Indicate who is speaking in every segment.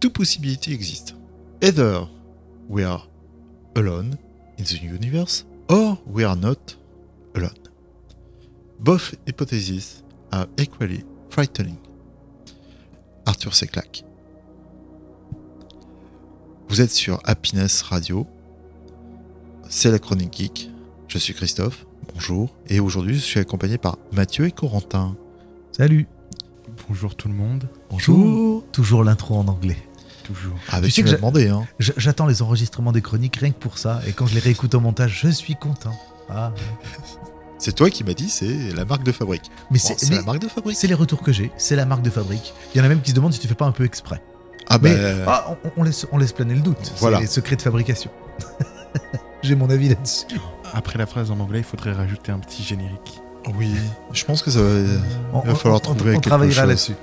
Speaker 1: deux possibilités existent. Either we are alone in the universe, or we are not alone. Both hypotheses are equally frightening. Arthur s'éclaque. Vous êtes sur Happiness Radio. C'est la chronique geek. Je suis Christophe. Bonjour. Et aujourd'hui, je suis accompagné par Mathieu et Corentin.
Speaker 2: Salut. Bonjour tout le monde.
Speaker 3: Oh,
Speaker 1: Bonjour.
Speaker 3: Toujours l'intro en anglais.
Speaker 2: Toujours.
Speaker 1: Avec
Speaker 3: Tu sais
Speaker 1: tu
Speaker 3: que
Speaker 1: m'as
Speaker 3: j'a-
Speaker 1: demandé, hein.
Speaker 3: Je- J'attends les enregistrements des chroniques rien que pour ça, et quand je les réécoute au montage, je suis content. Ah,
Speaker 1: C'est toi qui m'as dit, c'est la marque de fabrique.
Speaker 3: mais
Speaker 1: Oh,
Speaker 3: c'est
Speaker 1: c'est
Speaker 3: mais
Speaker 1: la marque de fabrique.
Speaker 3: c'est les retours que j'ai, c'est la marque de fabrique. Il y en a même qui se demandent si tu fais pas un peu exprès.
Speaker 1: Ah
Speaker 3: Mais
Speaker 1: ben,
Speaker 3: ah, on, on laisse, on laisse planer le doute.
Speaker 1: Voilà.
Speaker 3: C'est les secrets de fabrication. j'ai mon avis là-dessus.
Speaker 2: Après la phrase en anglais, il faudrait rajouter un petit générique.
Speaker 1: oui. Je pense que ça va.
Speaker 3: On,
Speaker 1: Il va falloir trouver quelque
Speaker 3: travaillera
Speaker 1: chose.
Speaker 3: là-dessus.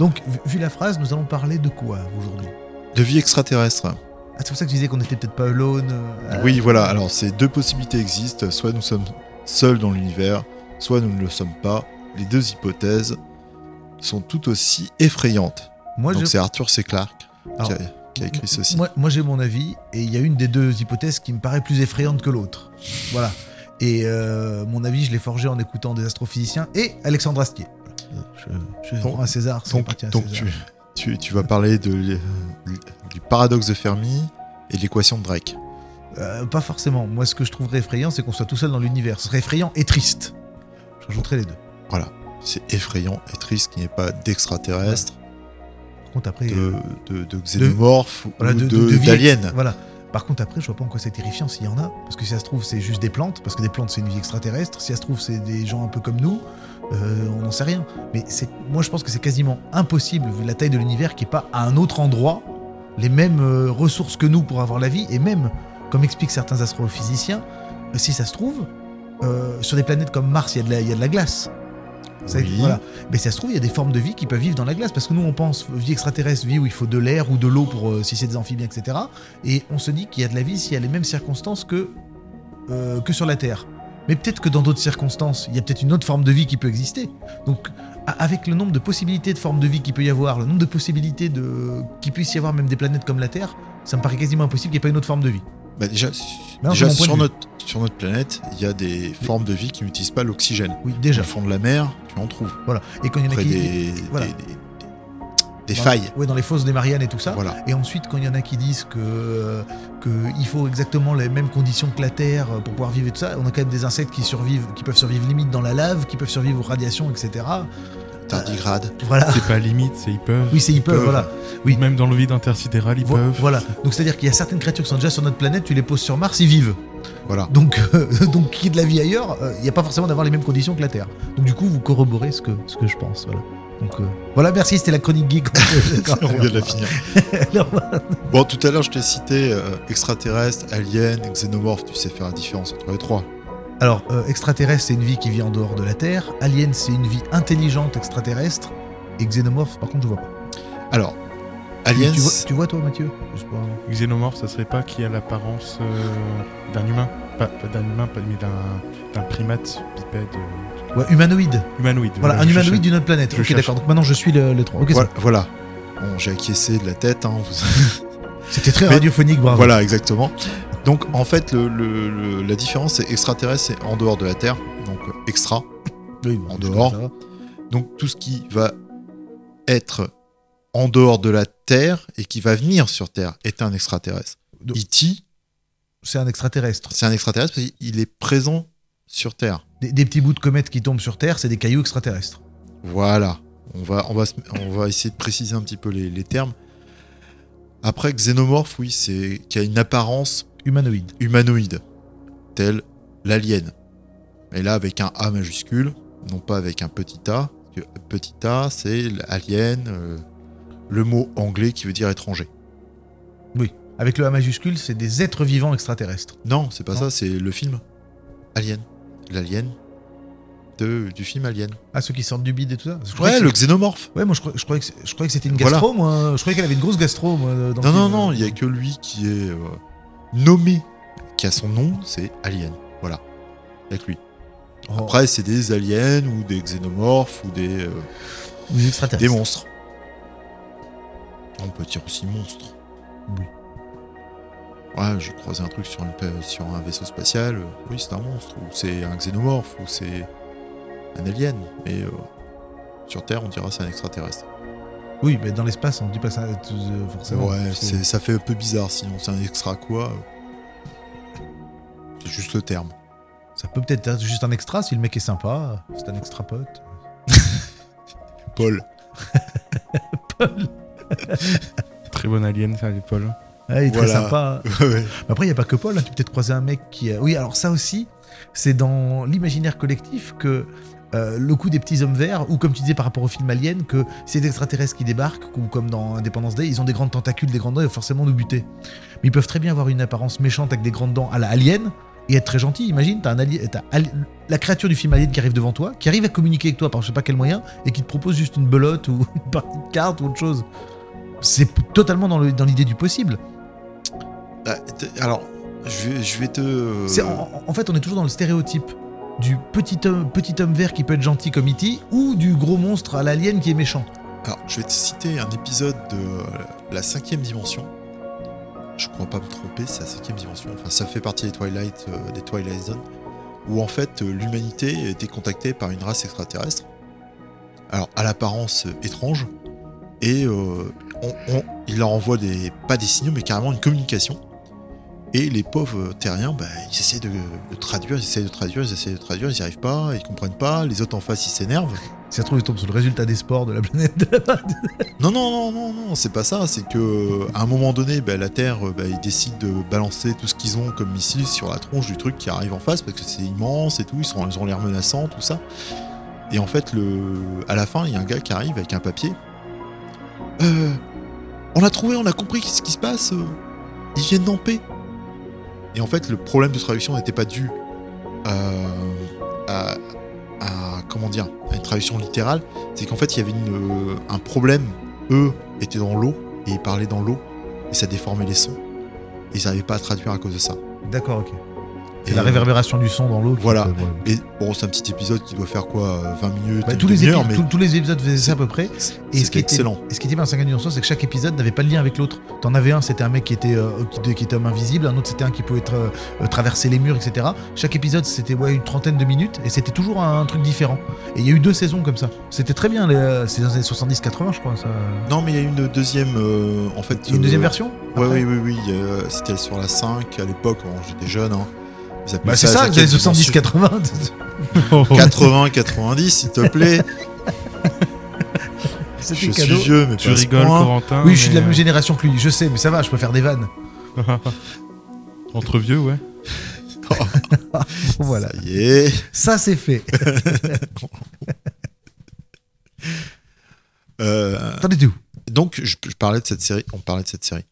Speaker 3: Donc, vu, vu la phrase, nous allons parler de quoi aujourd'hui
Speaker 1: De vie extraterrestre.
Speaker 3: ah, C'est pour ça que tu disais qu'on n'était peut-être pas alone. euh,
Speaker 1: Oui, voilà. Alors, ces deux possibilités existent. Soit nous sommes seuls dans l'univers, soit nous ne le sommes pas. Les deux hypothèses sont tout aussi effrayantes.
Speaker 3: euh, Moi,
Speaker 1: Donc,
Speaker 3: je-
Speaker 1: c'est Arthur C. Clarke qui, a,
Speaker 3: Alors,
Speaker 1: qui a écrit ceci.
Speaker 3: Moi, moi, j'ai mon avis, et il y a une des deux hypothèses qui me paraît plus effrayante que l'autre. Voilà. Et euh, mon avis, je l'ai forgé en écoutant des astrophysiciens et Alexandre Astier. Voilà. Je, je
Speaker 1: Donc-
Speaker 3: rends à César, c'est
Speaker 1: Donc,
Speaker 3: parti à
Speaker 1: donc
Speaker 3: César.
Speaker 1: tu, tu, tu vas parler de, l'é- du paradoxe de Fermi et de l'équation de Drake.
Speaker 3: Euh, pas forcément. Moi, ce que je trouverais effrayant, c'est qu'on soit tout seul dans l'univers. Ce serait effrayant et triste. Je rajouterais les deux.
Speaker 1: C'est effrayant et triste qu'il n'y ait pas d'extraterrestres,
Speaker 3: Par contre, après.
Speaker 1: de, de,
Speaker 3: euh,
Speaker 1: de xénomorphes
Speaker 3: voilà,
Speaker 1: ou
Speaker 3: de-
Speaker 1: de-
Speaker 3: de- de vie-
Speaker 1: d'aliens.
Speaker 3: Voilà. Par contre, après, je vois pas en quoi c'est terrifiant s'il y en a. Parce que si ça se trouve, c'est juste des plantes. Parce que des plantes, c'est une vie extraterrestre. Si ça se trouve, c'est des gens un peu comme nous. euh, on n'en sait rien. Mais c'est, moi, je pense que c'est quasiment impossible, vu la taille de l'univers, qu'il n'y ait pas à un autre endroit les mêmes euh, ressources que nous pour avoir la vie. Et même, comme expliquent certains astrophysiciens, euh, si ça se trouve, euh, sur des planètes comme Mars, il y, a de la- il y a de la glace. Ça-
Speaker 1: Oui.
Speaker 3: voilà. Mais si ça se trouve, il y a des formes de vie qui peuvent vivre dans la glace. Parce que nous, on pense vie extraterrestre, vie où il faut de l'air ou de l'eau pour euh, si c'est des amphibiens, etc. Et on se dit qu'il y a de la vie s'il y a les mêmes circonstances que, euh, que sur la Terre. Mais peut-être que dans d'autres circonstances, il y a peut-être une autre forme de vie qui peut exister. Donc, a- avec le nombre de possibilités de formes de vie qu'il peut y avoir, le nombre de possibilités de... qu'il puisse y avoir même des planètes comme la Terre, ça me paraît quasiment impossible qu'il n'y ait pas une autre forme de vie.
Speaker 1: Bah, déjà,
Speaker 3: Non,
Speaker 1: déjà,
Speaker 3: c'est mon point
Speaker 1: sur,
Speaker 3: de vue.
Speaker 1: notre, sur notre planète, il y a des formes de vie qui n'utilisent pas l'oxygène.
Speaker 3: Oui,
Speaker 1: Au
Speaker 3: déjà.
Speaker 1: fond de la mer, tu en trouves.
Speaker 3: Voilà. Et quand il y en a
Speaker 1: Près
Speaker 3: qui.
Speaker 1: des,
Speaker 3: voilà.
Speaker 1: des, des- des
Speaker 3: dans-
Speaker 1: failles.
Speaker 3: Ouais, dans les fosses des Mariannes et tout ça.
Speaker 1: Voilà.
Speaker 3: Et ensuite, quand il y en a qui disent que, que il faut exactement les mêmes conditions que la Terre pour pouvoir vivre et tout ça, on a quand même des insectes qui survivent, qui peuvent survivre limite dans la lave, qui peuvent survivre aux radiations, etc.
Speaker 1: Tardigrade.
Speaker 3: Voilà.
Speaker 2: C'est pas limite, c'est ils peuvent.
Speaker 3: Oui, c'est ils peuvent,
Speaker 1: peuvent.
Speaker 3: voilà. oui.
Speaker 2: Même dans le vide intersidéral, ils
Speaker 3: Vo-
Speaker 2: peuvent.
Speaker 3: Voilà. Donc c'est-à-dire qu'il y a certaines créatures qui sont déjà sur notre planète, tu les poses sur Mars, ils vivent.
Speaker 1: Voilà.
Speaker 3: Donc, euh, donc qui de la vie ailleurs, euh, il n'y a pas forcément d'avoir les mêmes conditions que la Terre. Donc du coup, vous corroborez ce que, ce que je pense. Voilà. Donc euh, voilà, merci, c'était la chronique geek.
Speaker 1: On vient de la finir.
Speaker 3: Alors,
Speaker 1: Bon, tout à l'heure, je t'ai cité euh, extraterrestre, alien, xénomorphe. Tu sais faire la différence entre les trois.
Speaker 3: Alors, euh, extraterrestre, c'est une vie qui vit en dehors de la Terre. Alien, c'est une vie intelligente extraterrestre. Et xénomorphe, par contre, je vois pas.
Speaker 1: Alors, aliens.
Speaker 3: Tu vois, tu vois, toi, Mathieu Je sais pas.
Speaker 2: Xénomorphe, ça serait pas qui a l'apparence euh, d'un humain. Pas, pas d'un humain, pas- mais d'un d'un primate bipède euh,
Speaker 3: Ouais, humanoïde.
Speaker 2: humanoïde.
Speaker 3: Voilà, un
Speaker 2: je
Speaker 3: humanoïde
Speaker 2: cherchais.
Speaker 3: d'une autre planète.
Speaker 2: Je
Speaker 3: ok,
Speaker 2: cherche.
Speaker 3: d'accord. Donc maintenant, je suis le, le 3. Ok, c'est
Speaker 1: voilà. voilà. Bon, j'ai acquiescé de la tête. hein, vous-
Speaker 3: bon. C'était très
Speaker 1: Mais-
Speaker 3: radiophonique, bravo.
Speaker 1: Voilà, exactement. Donc, en fait, le- le- le- la différence, c'est extraterrestre, c'est en dehors de la Terre. Donc, euh, extra.
Speaker 3: Oui, bon,
Speaker 1: En
Speaker 3: je pense
Speaker 1: dehors.
Speaker 3: que ça va.
Speaker 1: Donc tout ce qui va être en dehors de la Terre et qui va venir sur Terre est un extraterrestre.
Speaker 3: Donc-
Speaker 1: E.T.,
Speaker 3: C'est un extraterrestre.
Speaker 1: c'est un extraterrestre parce qu'il est présent sur Terre.
Speaker 3: Des, des petits bouts de comètes qui tombent sur Terre, c'est des cailloux extraterrestres.
Speaker 1: Voilà. On va, on va, se- on va essayer de préciser un petit peu les, les termes. Après, xénomorphe, oui, c'est qui a une apparence
Speaker 3: Humanoïde.
Speaker 1: humanoïde, tel l'alien. Mais là, avec un A majuscule, non pas avec un petit a. parce que Petit a, c'est l'alien, euh, le mot anglais qui veut dire étranger.
Speaker 3: Avec le A majuscule, c'est des êtres vivants extraterrestres.
Speaker 1: Non, c'est pas
Speaker 3: Non.
Speaker 1: ça, c'est le film. Alien. L'alien de, du film Alien.
Speaker 3: Ah, ceux qui sortent du bide et tout ça Je croyais
Speaker 1: Ouais,
Speaker 3: que
Speaker 1: le xénomorphe.
Speaker 3: c'est- ouais moi, je, crois- je croyais que, c'est- je croyais que c'était une
Speaker 1: Voilà.
Speaker 3: gastro, moi. Je croyais qu'elle avait une grosse gastro, moi. dans le
Speaker 1: Non, non,
Speaker 3: film.
Speaker 1: non, il y a que lui qui est euh, nommé, qui a son nom, c'est Alien. Voilà. Avec lui.
Speaker 3: Oh.
Speaker 1: Après, c'est des aliens ou des xénomorphes ou des, euh,
Speaker 3: Ou des extraterrestres.
Speaker 1: des monstres. On peut dire aussi monstre.
Speaker 2: Oui.
Speaker 1: Ouais, j'ai croisé un truc sur, une, pa- sur un vaisseau spatial. euh, Oui, c'est un monstre. Ou c'est un xénomorphe. Ou c'est un alien. Mais euh, sur Terre, on dira c'est un extraterrestre.
Speaker 3: Oui, mais dans l'espace, on dit pas ça euh, tout- euh, forcément.
Speaker 1: ouais,
Speaker 3: parce que-
Speaker 1: c'est- ça fait un peu bizarre. Sinon, c'est un extra quoi euh. C'est juste le terme.
Speaker 3: Ça peut peut-être être juste un extra si le mec est sympa. euh, C'est un extra pote.
Speaker 1: Paul.
Speaker 2: Très bon alien, ça, les Paul.
Speaker 3: Ouais, il est très
Speaker 1: Voilà.
Speaker 3: sympa.
Speaker 1: Ouais.
Speaker 3: Mais Après, il n'y a pas que Paul. hein. Tu peux peut-être croiser un mec qui. euh, Oui, alors ça aussi, c'est dans l'imaginaire collectif que euh, le coup des petits hommes verts, ou comme tu disais par rapport au film Alien, que c'est des extraterrestres qui débarquent, ou comme dans Independence Day, ils ont des grandes tentacules, des grandes dents, et forcément nous buter. Mais ils peuvent très bien avoir une apparence méchante avec des grandes dents à la Alien. Et être très gentil, imagine, t'as un ali- t'as ali- la créature du film Alien qui arrive devant toi, qui arrive à communiquer avec toi par je sais pas quel moyen, et qui te propose juste une belote ou une partie de carte ou autre chose. C'est p- totalement dans le- dans l'idée du possible.
Speaker 1: Ah, t- Alors, je vais, je vais te.
Speaker 3: C'est- en, en fait, on est toujours dans le stéréotype du petit homme, petit homme vert qui peut être gentil comme E.T. ou du gros monstre à l'alien qui est méchant.
Speaker 1: Alors, je vais te citer un épisode de euh, la cinquième dimension. Je crois pas me tromper, c'est la cinquième dimension. Enfin, ça fait partie des Twilight, euh, des Twilight Zone, où en fait euh, l'humanité était contactée par une race extraterrestre. Alors, à l'apparence euh, étrange, et euh, on, on- il leur envoie des pas des signaux, mais carrément une communication. Et les pauvres euh, terriens, bah, ils essaient de, de traduire, ils essaient de traduire, ils essaient de traduire, ils n'y arrivent pas, ils comprennent pas. Les autres en face, ils s'énervent.
Speaker 3: Si ça se trouve, il tombe sur le résultat des sports de la planète.
Speaker 1: Non, non, non, non, non, c'est pas ça. C'est que euh, à un moment donné, bah, la Terre, euh, bah, ils décident de balancer tout ce qu'ils ont comme missiles sur la tronche du truc qui arrive en face parce que c'est immense et tout. Ils, sont, ils ont l'air menaçants, tout ça. Et en fait, le, à la fin, il y a un gars qui arrive avec un papier. Euh, on a trouvé, on a compris ce qui se passe. euh, Ils viennent d'en paix. Et en fait, le problème de traduction n'était pas dû euh, à, à- comment dire, à une traduction littérale. C'est qu'en fait, il y avait une, euh, un problème eux étaient dans l'eau et ils parlaient dans l'eau et ça déformait les sons. Et ils n'arrivaient pas à traduire à cause de ça.
Speaker 3: D'accord, ok.
Speaker 1: Et euh,
Speaker 3: C'est la réverbération du son dans l'eau. qui
Speaker 1: voilà.
Speaker 3: peut- ouais.
Speaker 1: Et bon, c'est un petit épisode qui doit faire quoi euh, 20 minutes
Speaker 3: Bah,
Speaker 1: une
Speaker 3: tous, les
Speaker 1: demi-heure,
Speaker 3: épi-
Speaker 1: mais
Speaker 3: tous- tous les épisodes faisaient ça à peu près.
Speaker 1: c'est
Speaker 3: Et ce qui
Speaker 1: c'était
Speaker 3: était-
Speaker 1: excellent.
Speaker 3: Et ce qui était bien dans 50 nuances c'est que chaque épisode n'avait pas de lien avec l'autre. T'en avais un, c'était un mec qui était, euh, qui, qui était homme invisible, un autre c'était un qui pouvait être, euh, euh, traverser les murs, etc. Chaque épisode c'était ouais, une trentaine de minutes et c'était toujours un, un truc différent. Et il y a eu deux saisons comme ça. C'était très bien, les, euh, c'est dans les années 70-80 je crois. Ça...
Speaker 1: Non, mais il y a une deuxième. euh, en fait,
Speaker 3: Il y a une deuxième
Speaker 1: euh,
Speaker 3: version
Speaker 1: Ouais,
Speaker 3: après
Speaker 1: oui, oui, oui. euh, C'était sur la 5 à l'époque. bon, J'étais jeune. Hein. Ils appelaient
Speaker 3: Bah, c'est ça,
Speaker 1: la
Speaker 3: les années
Speaker 1: cinquième dimension.
Speaker 3: 70-80. Oh,
Speaker 1: 80, 90, s'il te plaît.
Speaker 3: C'était
Speaker 1: je
Speaker 3: cadeau.
Speaker 1: suis vieux, mais
Speaker 2: tu
Speaker 1: pas à ce
Speaker 2: rigoles,
Speaker 1: point.
Speaker 2: Corentin.
Speaker 3: Oui, je suis de la même
Speaker 2: mais,
Speaker 3: génération que lui, je sais, mais ça va, je peux faire des vannes.
Speaker 2: euh, Entre vieux, ouais.
Speaker 3: Bon, Voilà,
Speaker 1: Ça y est.
Speaker 3: ça c'est fait.
Speaker 1: Euh,
Speaker 3: Attendez tout.
Speaker 1: Donc, je, je parlais de cette série. On parlait de cette série.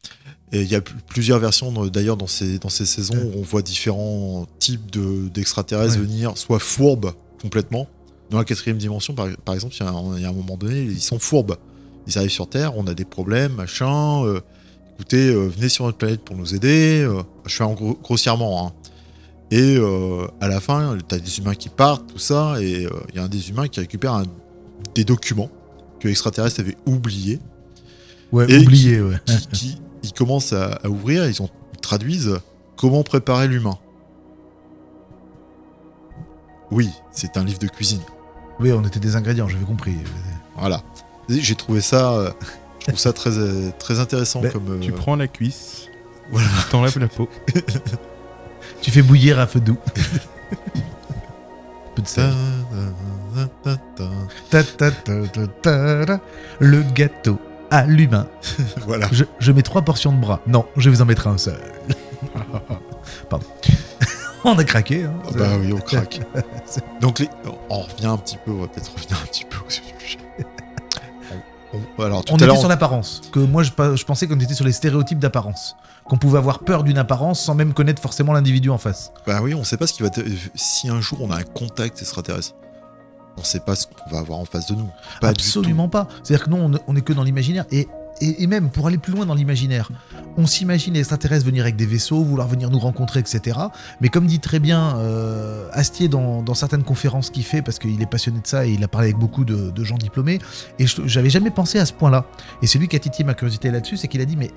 Speaker 1: Et il y a pl- plusieurs versions dans- d'ailleurs dans ces, dans ces saisons où on voit différents types de- d'extraterrestres
Speaker 3: Ouais.
Speaker 1: venir, soit fourbes complètement. Dans la quatrième dimension, par, par exemple, il y, a un- il y a un moment donné, ils sont fourbes. Ils arrivent sur Terre, on a des problèmes, machin. euh, écoutez, euh, venez sur notre planète pour nous aider. euh, je fais en gros, grossièrement. hein. Et euh, à la fin, t'as des humains qui partent, tout ça, et euh, il y a un des humains qui récupère un- des documents que l'extraterrestre avait oubliés
Speaker 3: Ouais,
Speaker 1: Et
Speaker 3: oublié, ouais.
Speaker 1: qui, qui- ils commencent à, à ouvrir, ils, ont, ils traduisent comment préparer l'humain. Oui, c'est un livre de cuisine.
Speaker 3: Oui, on était des ingrédients, j'avais compris.
Speaker 1: Voilà. Et J'ai trouvé ça, euh, je trouve ça très, euh, très intéressant
Speaker 3: Ben,
Speaker 1: comme. euh,
Speaker 2: Tu prends la cuisse.
Speaker 1: Voilà.
Speaker 2: Tu t'enlèves la peau.
Speaker 3: Tu fais bouillir à feu doux. Peu de
Speaker 1: ta-
Speaker 3: sel.
Speaker 1: ta- ta- ta-
Speaker 3: Ta- ta- ta- ta- ta- Ah. ta. Le gâteau à l'humain.
Speaker 1: ta. Voilà.
Speaker 3: Je, je mets trois portions de bras. Non, je vais en mettre un seul. Pardon. On a craqué. hein.
Speaker 1: Ah bah oui, on craque. Donc les... on revient un petit peu, on va peut-être revenir un petit peu au sujet. On- on- alors tout
Speaker 3: on
Speaker 1: à
Speaker 3: était
Speaker 1: l'heure,
Speaker 3: sur l'apparence. Que moi, je, pa- je pensais qu'on était sur les stéréotypes d'apparence. Qu'on pouvait avoir peur d'une apparence sans même connaître forcément l'individu en face.
Speaker 1: Bah oui, on sait pas ce qui va. te- Si un jour on a un contact extraterrestre, on sait pas ce qu'on va avoir en face de nous. Pas du tout.
Speaker 3: Absolument pas. C'est-à-dire que non, on- on est que dans l'imaginaire. Et, et, et même, pour aller plus loin dans l'imaginaire, on s'imagine les extraterrestres venir avec des vaisseaux, vouloir venir nous rencontrer, etc. Mais comme dit très bien euh, Astier dans, dans certaines conférences qu'il fait, parce qu'il est passionné de ça et il a parlé avec beaucoup de, de gens diplômés, et je- j'avais jamais pensé à ce point-là. Et c'est lui qui a titillé ma curiosité là-dessus, c'est qu'il a dit, mais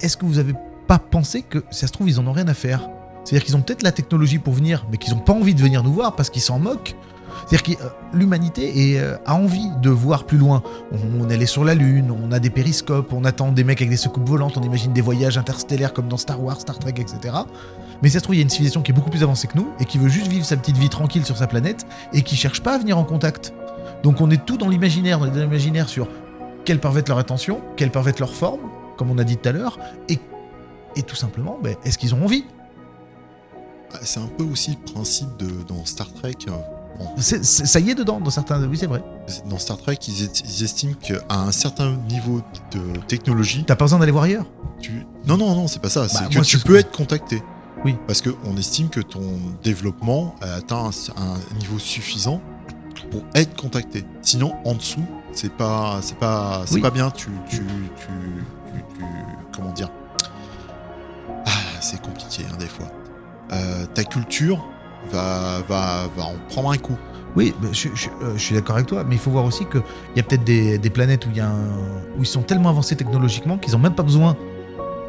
Speaker 3: est-ce que vous avez pas pensé que, ça se trouve, ils en ont rien à faire C'est-à-dire qu'ils ont peut-être la technologie pour venir, mais qu'ils ont pas envie de venir nous voir parce qu'ils s'en moquent. C'est-à-dire que euh, l'humanité est, euh, a envie de voir plus loin. On, on est allé sur la Lune, on a des périscopes, on attend des mecs avec des soucoupes volantes, on imagine des voyages interstellaires comme dans Star Wars, Star Trek, etc. Mais ça se trouve, il y a une civilisation qui est beaucoup plus avancée que nous et qui veut juste vivre sa petite vie tranquille sur sa planète et qui cherche pas à venir en contact. Donc on est tout dans l'imaginaire, dans l'imaginaire sur quelle peuvent être leur attention, quelle peuvent être leur forme, comme on a dit tout à l'heure, et, et tout simplement, ben, est-ce qu'ils ont envie
Speaker 1: Ah, C'est un peu aussi le principe de, dans Star Trek. euh,
Speaker 3: C'est- c'est- Ça y est dedans, dans certains... Oui, c'est vrai.
Speaker 1: Dans Star Trek, ils, est- ils estiment qu'à un certain niveau de technologie,
Speaker 3: T'as pas besoin d'aller voir ailleurs
Speaker 1: tu... Non, non, non, c'est pas ça. C'est que
Speaker 3: Bah, moi,
Speaker 1: tu
Speaker 3: c'est-
Speaker 1: peux être contacté.
Speaker 3: Oui.
Speaker 1: Parce qu'on estime que ton développement a atteint un, un niveau suffisant pour être contacté. Sinon, en dessous, c'est pas, c'est pas, c'est
Speaker 3: Oui.
Speaker 1: pas bien. Tu, tu, tu, tu- tu- comment dire Ah, C'est compliqué hein, des fois. Euh, ta culture va, va, va en prendre un coup.
Speaker 3: Oui, ben, je, je- euh, je suis d'accord avec toi, mais il faut voir aussi qu'il y a peut-être des, des planètes où, il y a un- où ils sont tellement avancés technologiquement qu'ils n'ont même pas besoin.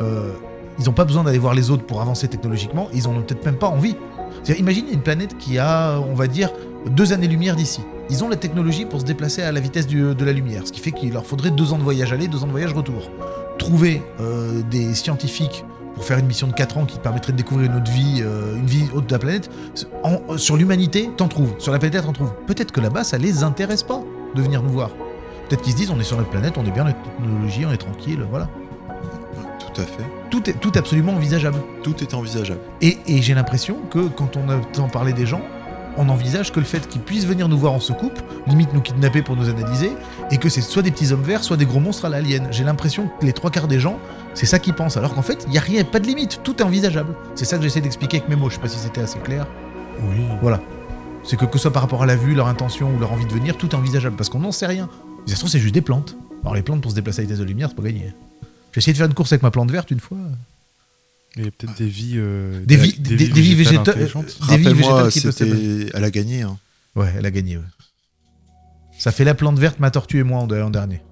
Speaker 3: euh, ils n'ont pas besoin d'aller voir les autres pour avancer technologiquement, ils en ont peut-être même pas envie. C'est-à-dire, imagine une planète qui a, on va dire, deux années-lumière d'ici. Ils ont la technologie pour se déplacer à la vitesse du- de la lumière, ce qui fait qu'il leur faudrait deux ans de voyage aller, deux ans de voyage retour. Trouver euh, des scientifiques pour faire une mission de 4 ans qui te permettrait de découvrir une autre vie, euh, une vie haute de la planète, en- sur l'humanité, t'en trouves. Sur la planète, t'en trouves. Peut-être que là-bas, ça les intéresse pas de venir nous voir. Peut-être qu'ils se disent, on est sur notre planète, on est bien, notre technologie, on est tranquille, voilà.
Speaker 1: Tout à fait.
Speaker 3: Tout est, tout est absolument envisageable.
Speaker 1: Tout est envisageable.
Speaker 3: Et, et j'ai l'impression que quand on entend parler des gens, on envisage que le fait qu'ils puissent venir nous voir en soucoupe, limite nous kidnapper pour nous analyser, et que c'est soit des petits hommes verts, soit des gros monstres à l'alien. J'ai l'impression que les trois quarts des gens, c'est ça qu'ils pensent, alors qu'en fait, il n'y a rien, pas de limite, tout est envisageable. C'est ça que j'essaie d'expliquer avec mes mots, je sais pas si c'était assez clair.
Speaker 2: Oui.
Speaker 3: C'est que que ce soit par rapport à la vue, leur intention ou leur envie de venir, tout est envisageable parce qu'on n'en sait rien. Mais ça se trouve, c'est juste des plantes. Alors les plantes pour se déplacer à vitesse de lumière, c'est pas gagné. J'ai essayé de faire une course avec ma plante verte une fois.
Speaker 2: Il y a peut-être des vies. euh,
Speaker 3: Des vies- des- des vies végéta-
Speaker 2: intelligentes.
Speaker 3: Des vies
Speaker 1: Rappelle-moi,
Speaker 3: végétales euh, qui peuvent
Speaker 1: c'était- elle a gagné. hein.
Speaker 3: Ouais, elle a gagné. ouais. Ça fait la plante verte, ma tortue et moi en, en dernier.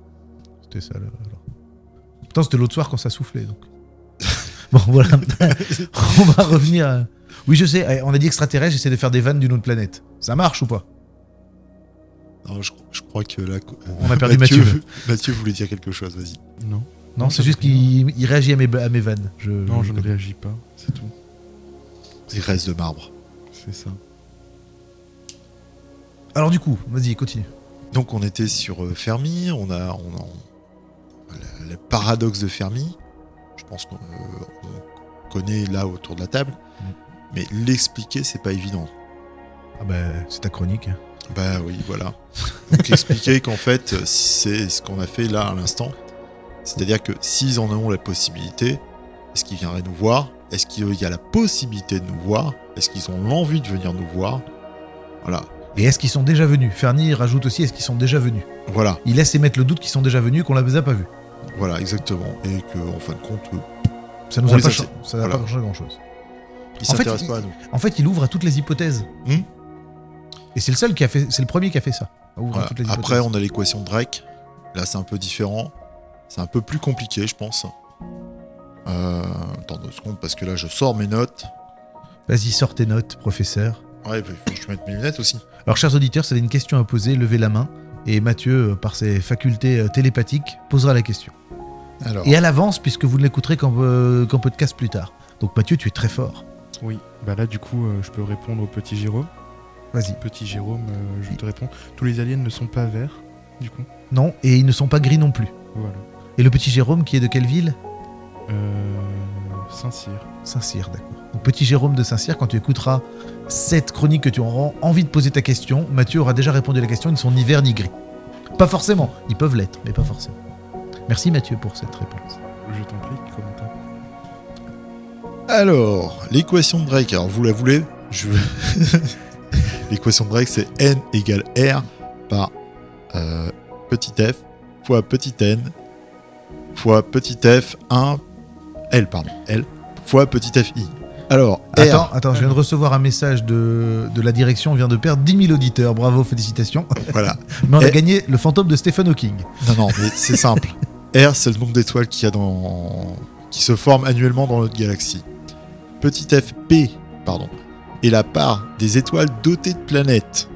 Speaker 3: C'était ça. Là, alors. Putain, c'était l'autre soir quand ça soufflait. Donc. bon, voilà. on va revenir. à- Oui, je sais. eh, On a dit extraterrestre. J'essaie de faire des vannes d'une autre planète. Ça marche ou pas
Speaker 1: Non, je, je crois que là.
Speaker 3: On a perdu Mathieu.
Speaker 1: Mathieu voulait dire quelque chose, vas-y.
Speaker 2: Non.
Speaker 3: Non,
Speaker 2: Non,
Speaker 3: c'est
Speaker 2: ça
Speaker 3: juste
Speaker 2: me fait rien.
Speaker 3: qu'il il réagit à mes, à mes vannes. Je,
Speaker 2: Non, je ne réagis pas. C'est tout.
Speaker 1: Il reste de marbre.
Speaker 2: C'est ça.
Speaker 3: Alors du coup, vas-y, continue.
Speaker 1: Donc on était sur euh, Fermi, on a, on a- on- le, le paradoxe de Fermi. Je pense qu'on euh, on connaît là autour de la table,
Speaker 3: Mm.
Speaker 1: mais l'expliquer c'est pas évident.
Speaker 3: Ah ben, c'est ta chronique.
Speaker 1: Bah oui, voilà. Donc expliquer qu'en fait euh, c'est ce qu'on a fait là à l'instant, c'est-à-dire que s'ils en ont la possibilité, est-ce qu'ils viendraient nous voir Est-ce qu'il y a la possibilité de nous voir Est-ce qu'ils ont l'envie de venir nous voir Voilà,
Speaker 3: Et est-ce qu'ils sont déjà venus Ferny rajoute aussi est-ce qu'ils sont déjà venus
Speaker 1: voilà.
Speaker 3: Il laisse émettre le doute qu'ils sont déjà venus, qu'on les a pas vus.
Speaker 1: Voilà, exactement. Et qu'en en fin de compte, eux,
Speaker 3: Ça nous
Speaker 1: On
Speaker 3: a
Speaker 1: les
Speaker 3: pas,
Speaker 1: a-
Speaker 3: cha- ça n'a
Speaker 1: voilà.
Speaker 3: pas changé grand-chose.
Speaker 1: ils
Speaker 3: En fait,
Speaker 1: s'intéressent
Speaker 3: ils-
Speaker 1: pas à nous.
Speaker 3: En fait, il ouvre à toutes les hypothèses.
Speaker 1: Hmm.
Speaker 3: Et c'est le seul qui a fait, c'est le premier qui a fait ça. à ouvrir à
Speaker 1: Voilà.
Speaker 3: toutes les
Speaker 1: Après,
Speaker 3: hypothèses.
Speaker 1: on a l'équation de Drake. Là, c'est un peu différent. C'est un peu plus compliqué, je pense. Euh, attends deux secondes, parce que là, je sors mes notes.
Speaker 3: Vas-y, sors tes notes, professeur.
Speaker 1: Ouais, il faut que je mette mes lunettes aussi.
Speaker 3: Alors, chers auditeurs, si vous avez une question à poser, levez la main. Et Mathieu, euh, par ses facultés euh, télépathiques, posera la question.
Speaker 1: Alors,
Speaker 3: Et à l'avance, puisque vous ne l'écouterez qu'en euh, qu'en podcast plus tard. Donc, Mathieu, tu es très fort.
Speaker 2: Oui. Bah là, du coup, euh, je peux répondre au petit Jérôme.
Speaker 3: Vas-y.
Speaker 2: Petit Jérôme, euh, je te réponds. Tous les aliens ne sont pas verts, du coup.
Speaker 3: Non, et ils ne sont pas gris non plus.
Speaker 2: Voilà.
Speaker 3: Et le petit Jérôme, qui est de quelle ville
Speaker 2: Euh, Saint-Cyr.
Speaker 3: Saint-Cyr, d'accord. Donc, petit Jérôme de Saint-Cyr, quand tu écouteras cette chronique que tu auras envie de poser ta question, Mathieu aura déjà répondu à la question, ils ne sont ni verts ni gris. Pas forcément, ils peuvent l'être, mais pas forcément. Merci Mathieu pour cette réponse.
Speaker 2: Je t'en prie, Corentin.
Speaker 1: alors, l'équation de Drake. Alors, vous la voulez Je. l'équation de Drake, c'est n égale r par euh, petit f fois petit n fois petit f 1 elle, pardon, elle, fois petit fi. Alors, R,
Speaker 3: Attends, attends, je viens de recevoir un message de, de la direction, on vient de perdre 10 000 auditeurs, bravo, félicitations.
Speaker 1: voilà.
Speaker 3: Mais on a
Speaker 1: Eh.
Speaker 3: gagné le fantôme de Stephen Hawking.
Speaker 1: Non, non, mais c'est simple. R, c'est le nombre d'étoiles qu'il y a dans. qui se forment annuellement dans notre galaxie. Petit f, P, pardon, est la part des étoiles dotées de planètes.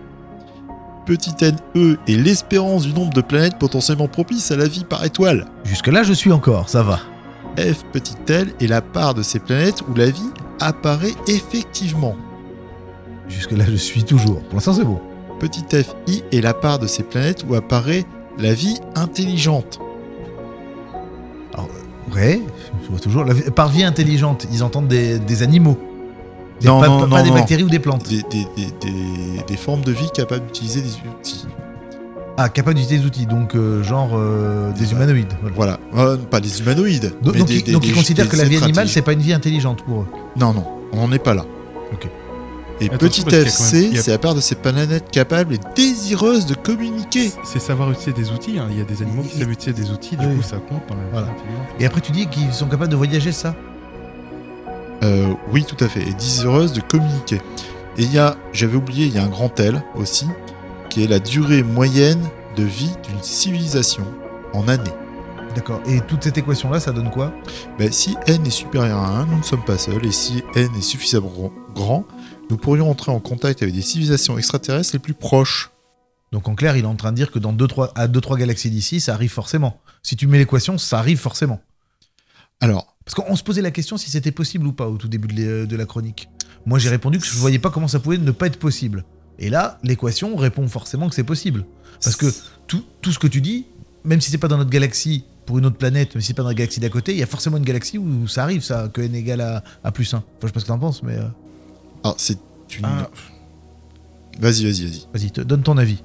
Speaker 1: Petit n, E est l'espérance du nombre de planètes potentiellement propices à la vie par étoile.
Speaker 3: Jusque-là, je suis encore, ça va.
Speaker 1: F, petit L est la part de ces planètes où la vie apparaît effectivement.
Speaker 3: Jusque-là, je suis toujours. Pour l'instant, c'est bon.
Speaker 1: Petit f, I est la part de ces planètes où apparaît la vie intelligente.
Speaker 3: Ouais, je vois toujours. La vie- par vie intelligente, ils entendent des, des animaux. Des-
Speaker 1: Non,
Speaker 3: pas
Speaker 1: non,
Speaker 3: pas-
Speaker 1: non,
Speaker 3: pas des
Speaker 1: non.
Speaker 3: bactéries ou des plantes.
Speaker 1: Des, des- des- des- des formes de vie capables d'utiliser des outils.
Speaker 3: Ah, capables d'utiliser des outils, donc euh, genre euh, des
Speaker 1: Des-
Speaker 3: humanoïdes. voilà.
Speaker 1: Voilà, Euh, pas des humanoïdes.
Speaker 3: Donc,
Speaker 1: mais
Speaker 3: donc
Speaker 1: des-
Speaker 3: ils,
Speaker 1: des-
Speaker 3: donc
Speaker 1: des-
Speaker 3: ils considèrent
Speaker 1: des
Speaker 3: que la vie animale,
Speaker 1: stratégies.
Speaker 3: c'est pas une vie intelligente pour eux.
Speaker 1: Non, non, on n'en est pas là.
Speaker 3: Ok.
Speaker 1: Et petit
Speaker 2: Attention, parce qu'il y a quand même-
Speaker 1: FC,
Speaker 2: il y a-
Speaker 1: c'est la part de ces planètes capables et désireuses de communiquer.
Speaker 2: C'est savoir utiliser des outils. hein. Il y a des animaux qui
Speaker 3: Il-
Speaker 2: savent utiliser des outils, du
Speaker 3: Oui.
Speaker 2: coup ça compte dans la vie
Speaker 3: Voilà.
Speaker 2: intelligente.
Speaker 3: Et après, tu dis qu'ils sont capables de voyager, ça
Speaker 1: Euh, oui, tout à fait, et désireuses de communiquer. Et il y a, j'avais oublié, il y a un grand L aussi, qui est la durée moyenne de vie d'une civilisation en années.
Speaker 3: D'accord. Et toute cette équation-là, ça donne quoi
Speaker 1: Ben, si n est supérieur à 1, nous ne sommes pas seuls, et si n est suffisamment gro- grand, nous pourrions entrer en contact avec des civilisations extraterrestres les plus proches.
Speaker 3: Donc en clair, il est en train de dire que dans deux, trois, à 2-3 galaxies d'ici, ça arrive forcément. Si tu mets l'équation, ça arrive forcément.
Speaker 1: Alors,
Speaker 3: Parce qu'on se posait la question si c'était possible ou pas au tout début de l'é- euh, de la chronique. Moi, j'ai répondu que je ne voyais pas comment ça pouvait ne pas être possible. Et là, l'équation répond forcément que c'est possible. Parce que tout, tout ce que tu dis, même si c'est pas dans notre galaxie, pour une autre planète, même si c'est pas dans la galaxie d'à côté, il y a forcément une galaxie où ça arrive, ça, que n égale à, à plus 1. Enfin, je sais pas ce que t'en penses, mais euh,
Speaker 1: Alors, c'est une.
Speaker 2: Ah,
Speaker 1: Vas-y, vas-y, vas-y.
Speaker 3: vas-y, te- donne ton avis.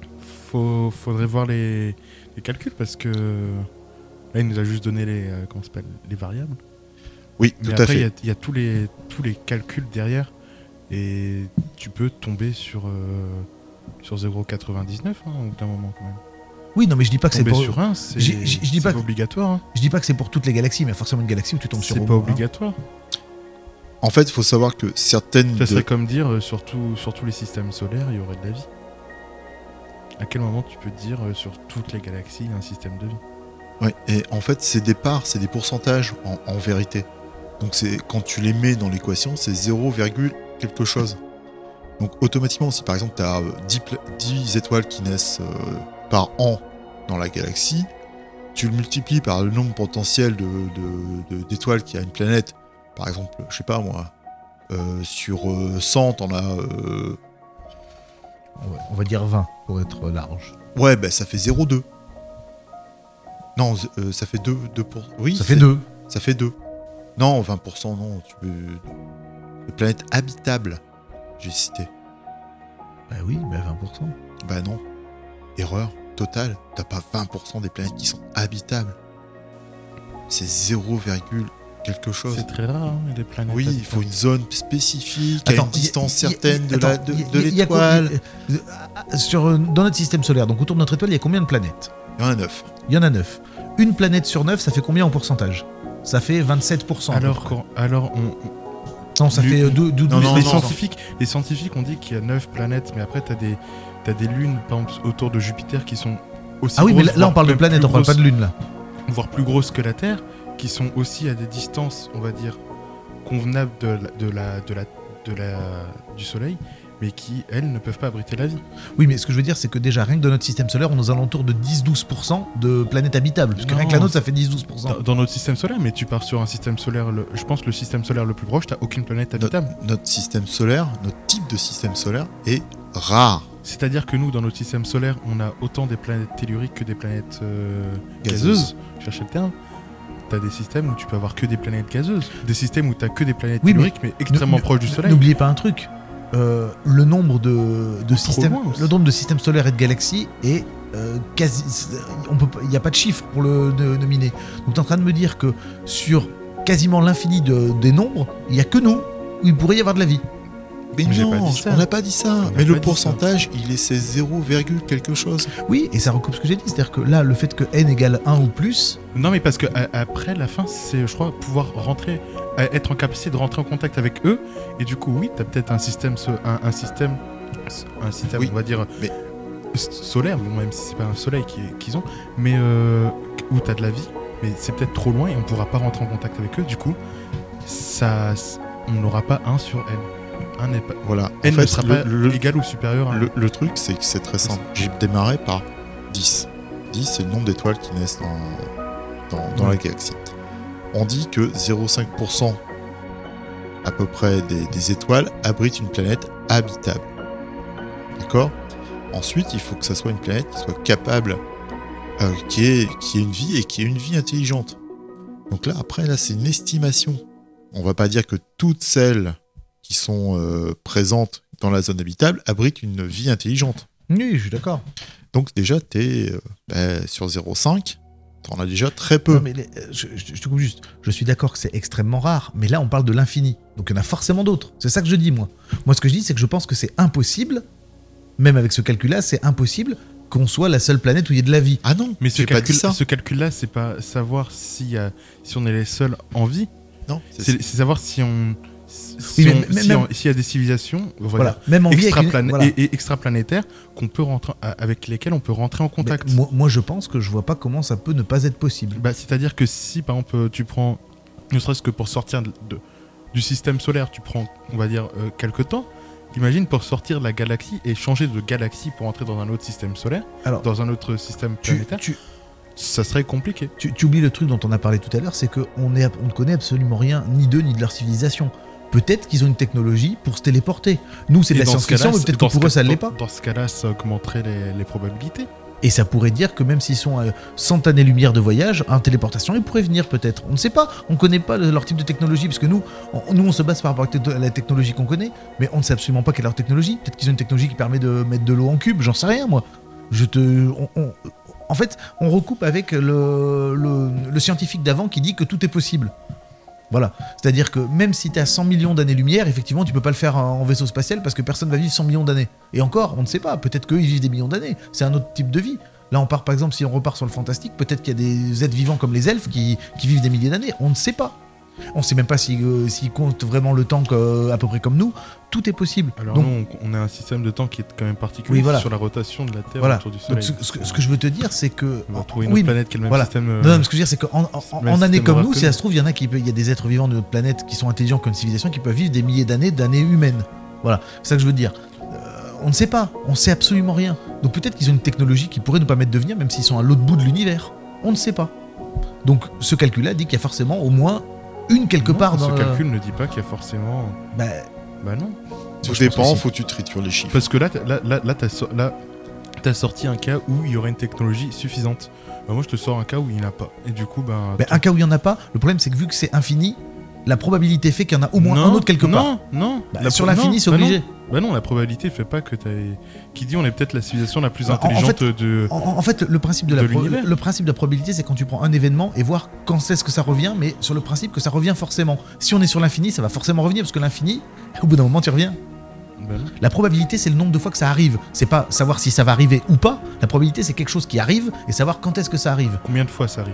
Speaker 2: faut, faudrait voir les, les calculs parce que là, il nous a juste donné les, euh, comment ça s'appelle, les variables.
Speaker 1: Oui,
Speaker 2: Mais
Speaker 1: tout
Speaker 2: après,
Speaker 1: à fait.
Speaker 2: il y a- il y, a tous les, tous les calculs derrière et tu peux tomber sur, euh, sur 0,99 hein, au bout d'un moment quand même.
Speaker 3: Oui, non, mais je dis pas que c'est
Speaker 2: Tomber
Speaker 3: pour.
Speaker 2: sur 1, c'est
Speaker 3: J'ai- j'ai- je dis
Speaker 2: c'est
Speaker 3: pas
Speaker 2: pas
Speaker 3: que-
Speaker 2: obligatoire. hein.
Speaker 3: Je dis pas que c'est pour toutes les galaxies, mais il y a forcément une galaxie où tu tombes sur.
Speaker 2: C'est
Speaker 3: au
Speaker 2: pas
Speaker 3: moins un.
Speaker 2: obligatoire.
Speaker 1: En fait, il faut savoir que certaines.
Speaker 2: hein. Ça serait
Speaker 1: de-
Speaker 2: comme dire, euh, sur, tout- sur tous les systèmes solaires, il y aurait de la vie. À quel moment tu peux te dire, euh, sur toutes les galaxies, il y a un système de vie
Speaker 1: Ouais, et en fait, c'est des parts, c'est des pourcentages en, en vérité. Donc, c'est quand tu les mets dans l'équation, c'est 0, virgule quelque chose. Donc, automatiquement, si par exemple, tu as 10, pla- 10 étoiles qui naissent euh, par an dans la galaxie, tu le multiplies par le nombre potentiel d'étoiles de, de, d'étoiles qu'il y a à une planète. Par exemple, je sais pas moi, euh, sur euh, 100, t'en as. euh,
Speaker 3: On va- on va dire 20 pour être large.
Speaker 1: Ouais, bah, ça fait 0,2. Non, z- euh, ça fait 2, 2 pour... Oui,
Speaker 3: Ça fait
Speaker 1: c'est-
Speaker 3: 2.
Speaker 1: Ça fait 2. Non, 20%, non. Tu peux... Les planètes habitables, j'ai cité.
Speaker 3: Bah oui, mais 20%.
Speaker 1: Bah non. Erreur totale. T'as pas 20% des planètes qui sont habitables. C'est 0, virgule quelque chose.
Speaker 2: C'est très rare, hein, les planètes.
Speaker 1: Oui, il
Speaker 2: habitables.
Speaker 1: faut une zone spécifique, à
Speaker 3: Attends,
Speaker 1: une distance
Speaker 3: y- y- y-
Speaker 1: certaine de la-
Speaker 3: attends,
Speaker 1: de
Speaker 3: y-
Speaker 1: de
Speaker 3: y- y a quoi-
Speaker 1: l'étoile.
Speaker 3: y- euh, sur, euh, Dans notre système solaire, donc autour de notre étoile, il y a combien de planètes
Speaker 1: Il y en a 9.
Speaker 3: Il y en a 9. Une planète sur 9, ça fait combien en pourcentage Ça fait 27%. à peu
Speaker 2: Alors,
Speaker 3: près.
Speaker 2: qu'on- alors on,
Speaker 3: Non, ça
Speaker 2: du-
Speaker 3: fait euh, dou- dou-
Speaker 1: Non,
Speaker 3: 12%.
Speaker 1: non,
Speaker 2: les,
Speaker 1: non.
Speaker 2: scientifiques, les scientifiques ont dit qu'il y a 9 planètes, mais après, t'as des, t'as des lunes par exemple, autour de Jupiter qui sont aussi.
Speaker 3: Ah oui, mais
Speaker 2: grosses,
Speaker 3: là, là, on
Speaker 2: voire
Speaker 3: parle de
Speaker 2: même
Speaker 3: planète,
Speaker 2: plus
Speaker 3: on parle pas de
Speaker 2: grosses-
Speaker 3: lune là.
Speaker 2: Voire plus grosses que la Terre, qui sont aussi à des distances, on va dire, convenables de la, de la, de la, de la- du Soleil, mais qui, elles, ne peuvent pas abriter la vie.
Speaker 3: Oui, mais ce que je veux dire, c'est que déjà, rien que dans notre système solaire, on est aux alentours de 10-12% de planètes habitables. Parce que rien
Speaker 2: Non,
Speaker 3: que la nôtre,
Speaker 2: c'est-
Speaker 3: ça fait 10-12%.
Speaker 2: Dans, dans notre système solaire, mais tu pars sur un système solaire, le- je pense que le système solaire le plus proche, t'as aucune planète habitable.
Speaker 1: Notre système solaire, notre type de système solaire est rare.
Speaker 2: C'est-à-dire que nous, dans notre système solaire, on a autant des planètes telluriques que des planètes euh,
Speaker 1: Gazeuses.
Speaker 2: gazeuses. Je cherchais le terme. T'as des systèmes où tu peux avoir que des planètes gazeuses. Des systèmes où t'as que des planètes
Speaker 3: Oui, mais-
Speaker 2: telluriques, mais, extrêmement
Speaker 3: N-
Speaker 2: proches du
Speaker 3: n-
Speaker 2: Soleil.
Speaker 3: N'oubliez pas un truc. euh, le nombre de, de systèmes,
Speaker 2: loin aussi.
Speaker 3: le nombre de systèmes solaires et de galaxies est euh, quasi. On peut, pas- il n'y a pas de chiffre pour le de- nominer. Donc, tu es en train de me dire que sur quasiment l'infini de- des nombres, il n'y a que nous où il pourrait y avoir de la vie.
Speaker 1: Mais
Speaker 2: Mais j'ai pas
Speaker 1: non,
Speaker 2: dit ça.
Speaker 1: on n'a pas dit ça.
Speaker 2: n'a
Speaker 1: Mais
Speaker 2: pas
Speaker 1: le
Speaker 2: dit
Speaker 1: pourcentage, il est c'est 0, virgule quelque chose.
Speaker 3: Oui, et ça recoupe ce que j'ai dit. C'est-à-dire que là, le fait que n égale 1 ou plus,
Speaker 2: Non, mais parce que à- après la fin, c'est, je crois, pouvoir rentrer, à- être en capacité de rentrer en contact avec eux. Et du coup, oui, t'as peut-être un système, so- un, un système, un système,
Speaker 1: Oui,
Speaker 2: on va dire,
Speaker 1: mais-
Speaker 2: s- solaire, bon, même si c'est pas un soleil qui est- qu'ils ont, mais euh, où t'as de la vie, mais c'est peut-être trop loin et on pourra pas rentrer en contact avec eux. Du coup, ça, on n'aura pas un sur n. Un n'est pas.
Speaker 1: Voilà. En
Speaker 2: N ne
Speaker 1: fait,
Speaker 2: sera
Speaker 1: le-
Speaker 2: pas
Speaker 1: le-
Speaker 2: égal ou supérieur à un.
Speaker 1: Le, le truc, c'est que c'est très simple. J'ai démarré par 10. 10, c'est le nombre d'étoiles qui naissent dans, dans, dans la galaxie. On dit que 0,5% à peu près des, des étoiles abritent une planète habitable. D'accord Ensuite, il faut que ça soit une planète qui soit capable, euh, qui, ait, qui ait une vie et qui ait une vie intelligente. Donc là, après, là, c'est une estimation. On va pas dire que toutes celles qui sont euh, présentes dans la zone habitable abritent une vie intelligente.
Speaker 3: oui, je suis d'accord.
Speaker 1: Donc déjà, tu es sur 0,5, tu en as déjà très peu.
Speaker 3: Non, mais les- euh, je, je- je te coupe juste. Je suis d'accord que c'est extrêmement rare, mais là, on parle de l'infini. Donc, il y en a forcément d'autres. C'est ça que je dis, moi. Moi, ce que je dis, c'est que je pense que c'est impossible, même avec ce calcul-là, c'est impossible qu'on soit la seule planète où il y ait de la vie.
Speaker 1: Ah non,
Speaker 2: Mais ce
Speaker 1: j'ai pas dit
Speaker 2: calcul,
Speaker 1: ça.
Speaker 2: ce calcul-là, c'est pas savoir si, euh, si on est les seuls en vie.
Speaker 1: Non, c'est-
Speaker 2: C'est c'est savoir si on. si-
Speaker 3: Oui,
Speaker 2: Si
Speaker 3: mais
Speaker 2: on-
Speaker 3: même-
Speaker 2: si
Speaker 3: même-
Speaker 2: on- s'il y a des civilisations on va
Speaker 3: Voilà.
Speaker 2: dire,
Speaker 3: Même en vie avec une-
Speaker 2: extraplana-
Speaker 3: voilà.
Speaker 2: et, et extraplanétaires qu'on peut rentrer, à- avec lesquelles on peut rentrer en contact.
Speaker 3: Mais Moi, moi, je pense que je vois pas comment ça peut ne pas être possible.
Speaker 2: Bah, C'est-à-dire que si, par exemple, tu prends, ne serait-ce que pour sortir de- de- du système solaire, tu prends, on va dire, euh, quelques temps, imagine pour sortir de la galaxie et changer de galaxie pour entrer dans un autre système solaire,
Speaker 3: Alors,
Speaker 2: dans un autre système
Speaker 3: Tu,
Speaker 2: planétaire,
Speaker 3: tu-
Speaker 2: ça serait compliqué.
Speaker 3: tu- tu oublies le truc dont on a parlé tout à l'heure, c'est qu'on est, on ne connaît absolument rien, ni d'eux, ni de leur civilisation. Peut-être qu'ils ont une technologie pour se téléporter. Nous, c'est de
Speaker 2: Et
Speaker 3: la
Speaker 2: dans ce
Speaker 3: science-fiction,
Speaker 2: cas-là,
Speaker 3: mais peut-être
Speaker 2: dans
Speaker 3: que
Speaker 2: ce
Speaker 3: pour eux,
Speaker 2: cas-
Speaker 3: ça ne l'est pas.
Speaker 2: Dans ce cas-là, ça augmenterait les, les probabilités.
Speaker 3: Et ça pourrait dire que même s'ils sont à 100 années-lumière de voyage, en téléportation, ils pourraient venir peut-être. On ne sait pas, on ne connaît pas le- leur type de technologie, parce que nous, on, nous, on se base par rapport à la techno- à la technologie qu'on connaît, mais on ne sait absolument pas quelle est leur technologie. Peut-être qu'ils ont une technologie qui permet de mettre de l'eau en cube, j'en sais rien, moi. Je te... on- on- en fait, on recoupe avec le, le- le scientifique d'avant qui dit que tout est possible. Voilà. C'est-à-dire que même si tu as 100 millions d'années-lumière, effectivement, tu peux pas le faire en en vaisseau spatial parce que personne va vivre 100 millions d'années. Et encore, on ne sait pas. Peut-être qu'ils vivent des millions d'années. C'est un autre type de vie. Là, on part par exemple, si on repart sur le fantastique, peut-être qu'il y a des êtres vivants comme les elfes qui, qui vivent des milliers d'années. On ne sait pas. On sait même pas si, euh, s'ils comptent vraiment le temps que- à peu près comme nous. Tout est possible.
Speaker 2: Alors
Speaker 3: Donc,
Speaker 2: nous, on on a un système de temps qui est quand même particulier
Speaker 3: Oui, voilà.
Speaker 2: sur la rotation de la Terre
Speaker 3: Voilà.
Speaker 2: autour du
Speaker 3: donc,
Speaker 2: Soleil.
Speaker 3: ce, ce que- ce que je veux te dire, c'est que.
Speaker 2: On va trouver une
Speaker 3: Oui,
Speaker 2: autre planète qui a le même
Speaker 3: voilà.
Speaker 2: système. euh,
Speaker 3: Non, non, mais ce que je veux dire, c'est qu'en en- en-
Speaker 2: Mais
Speaker 3: en
Speaker 2: le
Speaker 3: année
Speaker 2: système
Speaker 3: comme
Speaker 2: aura
Speaker 3: nous,
Speaker 2: que-
Speaker 3: si ça se trouve, il y en a qui peut- il y a des êtres vivants de notre planète qui sont intelligents comme civilisation qui peuvent vivre des milliers d'années, d'années humaines. Voilà, c'est ça que je veux dire. Euh, on ne sait pas, on sait absolument rien. Donc peut-être qu'ils ont une technologie qui pourrait nous permettre de venir, même s'ils sont à l'autre bout de l'univers. On ne sait pas. Donc ce calcul-là dit qu'il y a forcément au moins une quelque
Speaker 2: non,
Speaker 3: part dans
Speaker 2: Ce
Speaker 3: le-
Speaker 2: calcul ne dit pas qu'il y a forcément.
Speaker 3: Bah,
Speaker 2: Bah non.
Speaker 1: Tout
Speaker 3: moi, je pense
Speaker 1: dépend,
Speaker 3: aussi.
Speaker 1: faut que tu tritures les chiffres.
Speaker 2: Parce que là, t'as- là, là, là, t'as so- là, t'as sorti un cas où il y aurait une technologie suffisante. Bah, moi, je te sors un cas où il n'y en a pas. Et du coup, bah.
Speaker 3: bah, un cas où il n'y en a pas, le problème c'est que vu que c'est infini, la probabilité fait qu'il y en a au moins
Speaker 2: Non,
Speaker 3: un autre quelque part.
Speaker 2: Non, non.
Speaker 3: Bah,
Speaker 2: La
Speaker 3: sur
Speaker 2: pro- non,
Speaker 3: l'infini, c'est
Speaker 2: bah non.
Speaker 3: obligé.
Speaker 2: Bah non, la probabilité fait pas que t'as. Qui dit on est peut-être la civilisation la plus
Speaker 3: Bah, En- en fait-
Speaker 2: intelligente de.
Speaker 3: En, en fait, le principe de, la
Speaker 2: De
Speaker 3: pro-
Speaker 2: l'univers.
Speaker 3: le principe de la probabilité, c'est quand tu prends un événement et voir quand c'est-ce que ça revient, mais sur le principe que ça revient forcément. Si on est sur l'infini, ça va forcément revenir parce que l'infini, au bout d'un moment, tu reviens.
Speaker 2: Bah non.
Speaker 3: La probabilité, c'est le nombre de fois que ça arrive. C'est pas savoir si ça va arriver ou pas. La probabilité, c'est quelque chose qui arrive et savoir quand est-ce que ça arrive.
Speaker 2: Combien de fois ça arrive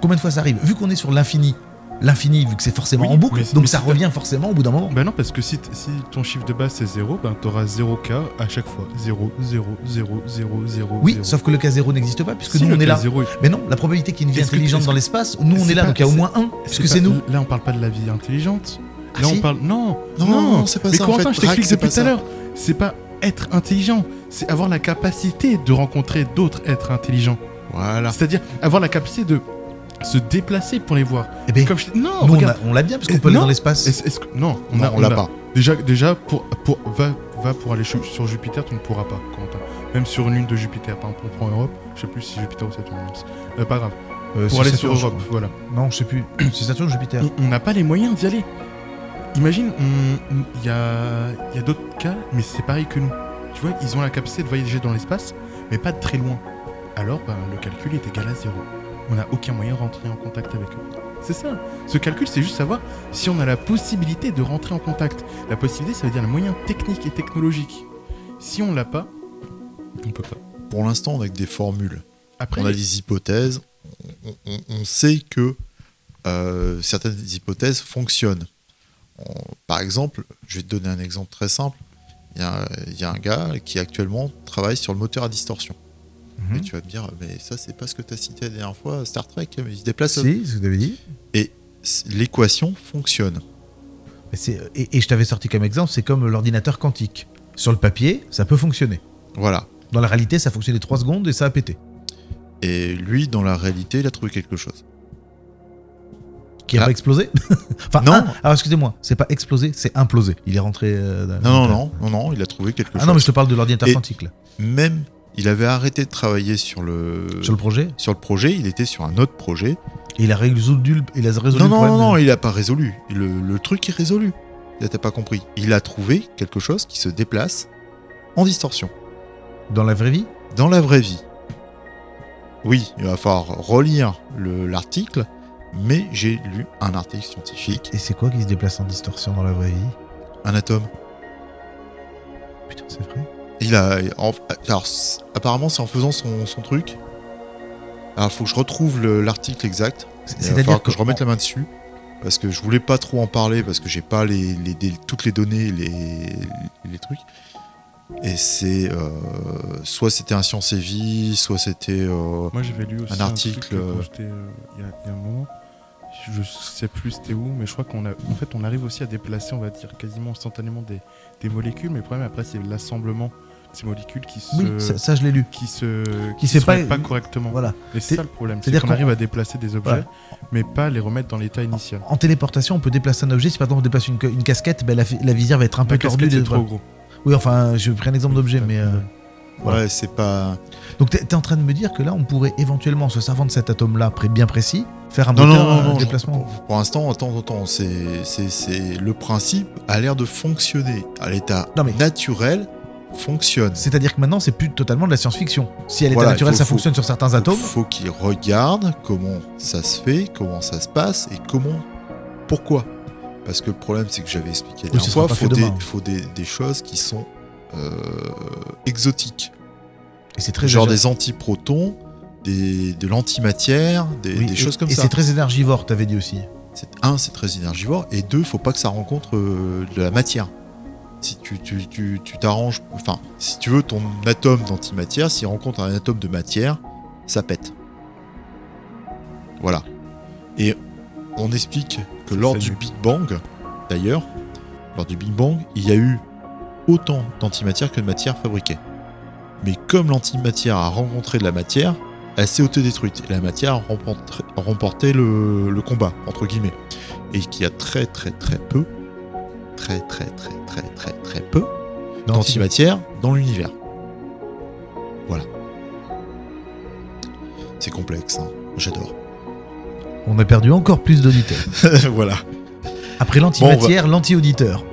Speaker 3: Combien de fois ça arrive Vu qu'on est sur l'infini, l'infini, vu que c'est forcément
Speaker 2: Oui,
Speaker 3: en boucle,
Speaker 2: mais c'est-
Speaker 3: donc
Speaker 2: mais
Speaker 3: ça
Speaker 2: c'est pas-
Speaker 3: revient forcément au bout d'un moment.
Speaker 2: Bah non, parce que si, t- si ton chiffre de base c'est 0, ben t'auras 0 cas à chaque fois. 0, 0, 0, 0, 0.
Speaker 3: Oui, sauf que le cas zéro n'existe pas puisque
Speaker 2: si
Speaker 3: nous,
Speaker 2: le
Speaker 3: on est
Speaker 2: cas
Speaker 3: là.
Speaker 2: zéro,
Speaker 3: Mais non, la probabilité qu'il y ait une vie
Speaker 2: Est-ce que-
Speaker 3: intelligente
Speaker 2: est-ce
Speaker 3: dans
Speaker 2: que-
Speaker 3: l'espace, nous, on
Speaker 2: c'est
Speaker 3: est là,
Speaker 2: pas-
Speaker 3: donc il y a au moins un, puisque c'est
Speaker 2: pas-
Speaker 3: nous.
Speaker 2: Là, on parle pas de la vie intelligente.
Speaker 3: Ah
Speaker 2: là,
Speaker 3: si
Speaker 2: on parle. Non,
Speaker 1: Non, non, c'est pas
Speaker 2: Mais
Speaker 1: ça, en
Speaker 2: Corentin,
Speaker 1: fait.
Speaker 2: je t'explique
Speaker 1: Drac, c'est
Speaker 2: depuis
Speaker 1: pas
Speaker 2: tout à
Speaker 1: ça.
Speaker 2: l'heure. C'est pas être intelligent, c'est avoir la capacité de rencontrer d'autres êtres intelligents.
Speaker 1: Voilà.
Speaker 2: C'est-à-dire avoir la capacité de se déplacer pour les voir.
Speaker 3: Eh ben,
Speaker 2: Comme je t'ai-
Speaker 1: Oh,
Speaker 2: non,
Speaker 3: nous, on
Speaker 2: regarde.
Speaker 3: a- on l'a bien, parce qu'on peut aller
Speaker 2: Non.
Speaker 3: dans l'espace.
Speaker 2: Est-ce- est-ce que- Non, on
Speaker 1: Non,
Speaker 2: a-
Speaker 1: on
Speaker 2: on
Speaker 1: l'a
Speaker 2: a-
Speaker 1: pas.
Speaker 2: Déjà, déjà pour, pour, va, va pour aller chu- sur Jupiter, tu ne pourras pas, Corentin. Même sur une lune de Jupiter, par exemple, on prend Europe, je sais plus si Jupiter ou Saturne. non, c'est- euh, pas grave.
Speaker 3: Euh,
Speaker 2: Pour aller sur
Speaker 3: Saturne, je
Speaker 2: Europe, voilà.
Speaker 3: crois. Non, je sais plus. C'est Saturne ou Jupiter
Speaker 2: On on n'a pas les moyens d'y aller. Imagine, on- on- il y a, il y a d'autres cas, mais c'est pareil que nous. Tu vois, bah, ils ont la capacité de voyager dans l'espace, mais pas de très loin. Alors, ben, le calcul est égal à zéro. on n'a aucun moyen de rentrer en contact avec eux. C'est ça. Ce calcul, c'est juste savoir si on a la possibilité de rentrer en contact. La possibilité, ça veut dire le moyen technique et technologique. Si on l'a pas, on peut pas.
Speaker 1: Pour l'instant, on a que des formules.
Speaker 2: Après,
Speaker 1: on a des hypothèses. On, on- on sait que euh, certaines hypothèses fonctionnent. On- par exemple, je vais te donner un exemple très simple. Il y, a, il y a un gars qui actuellement travaille sur le moteur à distorsion.
Speaker 3: Mhm.
Speaker 1: Mm. Et tu vas me dire, mais ça, c'est pas ce que tu as cité la dernière fois, Star Trek, mais il se déplace.
Speaker 3: Si, ce que t'avais dit.
Speaker 1: L'équation fonctionne.
Speaker 3: Mais c'est- euh, Et, et je t'avais sorti comme exemple, c'est comme l'ordinateur quantique. Sur le papier, ça peut fonctionner.
Speaker 1: Voilà.
Speaker 3: Dans la réalité, ça fonctionnait 3 secondes et ça a pété.
Speaker 1: Et lui, dans la réalité, il a trouvé quelque chose.
Speaker 3: Qui a
Speaker 1: Ah.
Speaker 3: pas explosé Enfin,
Speaker 1: Non.
Speaker 3: non. alors excusez-moi, c'est pas explosé, c'est implosé. Il est rentré. euh, dans-
Speaker 1: Non, non, non, non, non, il a trouvé quelque
Speaker 3: Ah
Speaker 1: chose.
Speaker 3: non, mais je te parle de l'ordinateur
Speaker 1: Et-
Speaker 3: quantique, là.
Speaker 1: Même, il avait arrêté de travailler sur le,
Speaker 3: Sur le projet.
Speaker 1: sur le projet, il était sur un autre projet.
Speaker 3: Et il a résolu, le- il a résolu
Speaker 1: Non,
Speaker 3: le
Speaker 1: non,
Speaker 3: problème.
Speaker 1: non, non,
Speaker 3: de-
Speaker 1: il n'a pas résolu. Le, le truc est résolu. Là, T'as pas compris. Il a trouvé quelque chose qui se déplace en distorsion.
Speaker 3: Dans la vraie vie
Speaker 1: Dans la vraie vie. Oui, il va falloir relire le- l'article, mais j'ai lu un article scientifique.
Speaker 3: Et c'est quoi qui se déplace en distorsion dans la vraie vie
Speaker 1: Un atome.
Speaker 3: Putain, c'est vrai.
Speaker 1: Il a. en- alors, c'est- apparemment, c'est en faisant son, son truc. Alors, faut que je retrouve le- l'article exact.
Speaker 3: C'est-
Speaker 1: Il va falloir
Speaker 3: C'est-à-dire
Speaker 1: Euh, que, je remette la main dessus. Parce que je voulais pas trop en parler, parce que j'ai pas les, les- les- toutes les données, les, les trucs. Et c'est. euh, soit c'était un Science et Vie, soit c'était. euh,
Speaker 2: Moi, j'avais lu aussi
Speaker 1: Un
Speaker 2: un,
Speaker 1: article,
Speaker 2: truc, euh,
Speaker 1: euh,
Speaker 2: quand j'étais, euh, il y, a- il y a un moment. Je sais plus c'était où, mais je crois qu'on a, en fait, on arrive aussi à déplacer, on va dire, quasiment instantanément des, des molécules. Mais le problème après, c'est l'assemblement de ces molécules qui se,
Speaker 3: Oh. Oui, ça, ça, je l'ai lu.
Speaker 2: qui se,
Speaker 3: qui s'est
Speaker 2: se
Speaker 3: pas-
Speaker 2: mettent pas correctement.
Speaker 3: Voilà.
Speaker 2: Et c'est ça le problème, c'est
Speaker 3: c'est-à-dire
Speaker 2: qu'on
Speaker 3: qu'on-
Speaker 2: arrive à déplacer des objets,
Speaker 3: Voilà.
Speaker 2: mais pas les remettre dans l'état initial.
Speaker 3: En téléportation, on peut déplacer un objet. Si par exemple on déplace une, une casquette, ben, la, fi- la visière va être un peu
Speaker 2: La
Speaker 3: tordue.
Speaker 2: casquette, c'est
Speaker 3: des-
Speaker 2: trop gros.
Speaker 3: Oui, enfin, je prends un exemple d'objet, mais. euh, Voilà.
Speaker 1: Ouais, c'est pas.
Speaker 3: Donc, t'es t'es en train de me dire que là, on pourrait éventuellement, se servant de cet atome-là, pré- bien précis, faire un
Speaker 1: Non, non,
Speaker 3: moteur,
Speaker 1: non,
Speaker 3: un
Speaker 1: non, je-
Speaker 3: déplacement.
Speaker 1: pour, pour l'instant, attends, attends, c'est, c'est, c'est- le principe a l'air de fonctionner. À l'état
Speaker 3: Non, mais-
Speaker 1: naturel, fonctionne.
Speaker 3: C'est-à-dire que maintenant, c'est plus totalement de la science-fiction. Si à l'état
Speaker 1: Voilà,
Speaker 3: naturel,
Speaker 1: faut-
Speaker 3: ça
Speaker 1: faut-
Speaker 3: fonctionne sur certains atomes.
Speaker 1: Il faut qu'il regarde comment ça se fait, comment ça se passe et comment, pourquoi. Parce que le problème, c'est que j'avais expliqué la
Speaker 3: Oui,
Speaker 1: dernière
Speaker 3: ce
Speaker 1: fois,
Speaker 3: sera pas
Speaker 1: faut, des,
Speaker 3: fait demain.
Speaker 1: faut des, des choses qui sont euh, exotiques.
Speaker 3: Et c'est très
Speaker 1: Genre
Speaker 3: énergi-
Speaker 1: des antiprotons, des, de l'antimatière, des,
Speaker 3: oui,
Speaker 1: des
Speaker 3: et-
Speaker 1: choses comme
Speaker 3: et
Speaker 1: ça.
Speaker 3: c'est très énergivore, t'avais dit aussi.
Speaker 1: C'est- un, c'est très énergivore, et deux, faut pas que ça rencontre euh, de la matière. Si tu tu- tu- tu t'arranges, enfin, si tu veux, ton atome d'antimatière, s'il rencontre un atome de matière, ça pète. Voilà. Et on explique que lors
Speaker 2: c'est
Speaker 1: du
Speaker 2: nul.
Speaker 1: Big Bang, d'ailleurs, lors du Big Bang, il y a eu autant d'antimatière que de matière fabriquée. Mais comme l'antimatière a rencontré de la matière, elle s'est autodétruite. Et la matière a remporté, remporté le, le combat, entre guillemets. Et qu'il y a très très très peu, très très très très très très peu d'antimatière dans l'univers. Voilà. C'est complexe, hein. j'adore.
Speaker 3: On a perdu encore plus d'auditeurs.
Speaker 1: voilà.
Speaker 3: Après l'antimatière, l'anti-auditeur.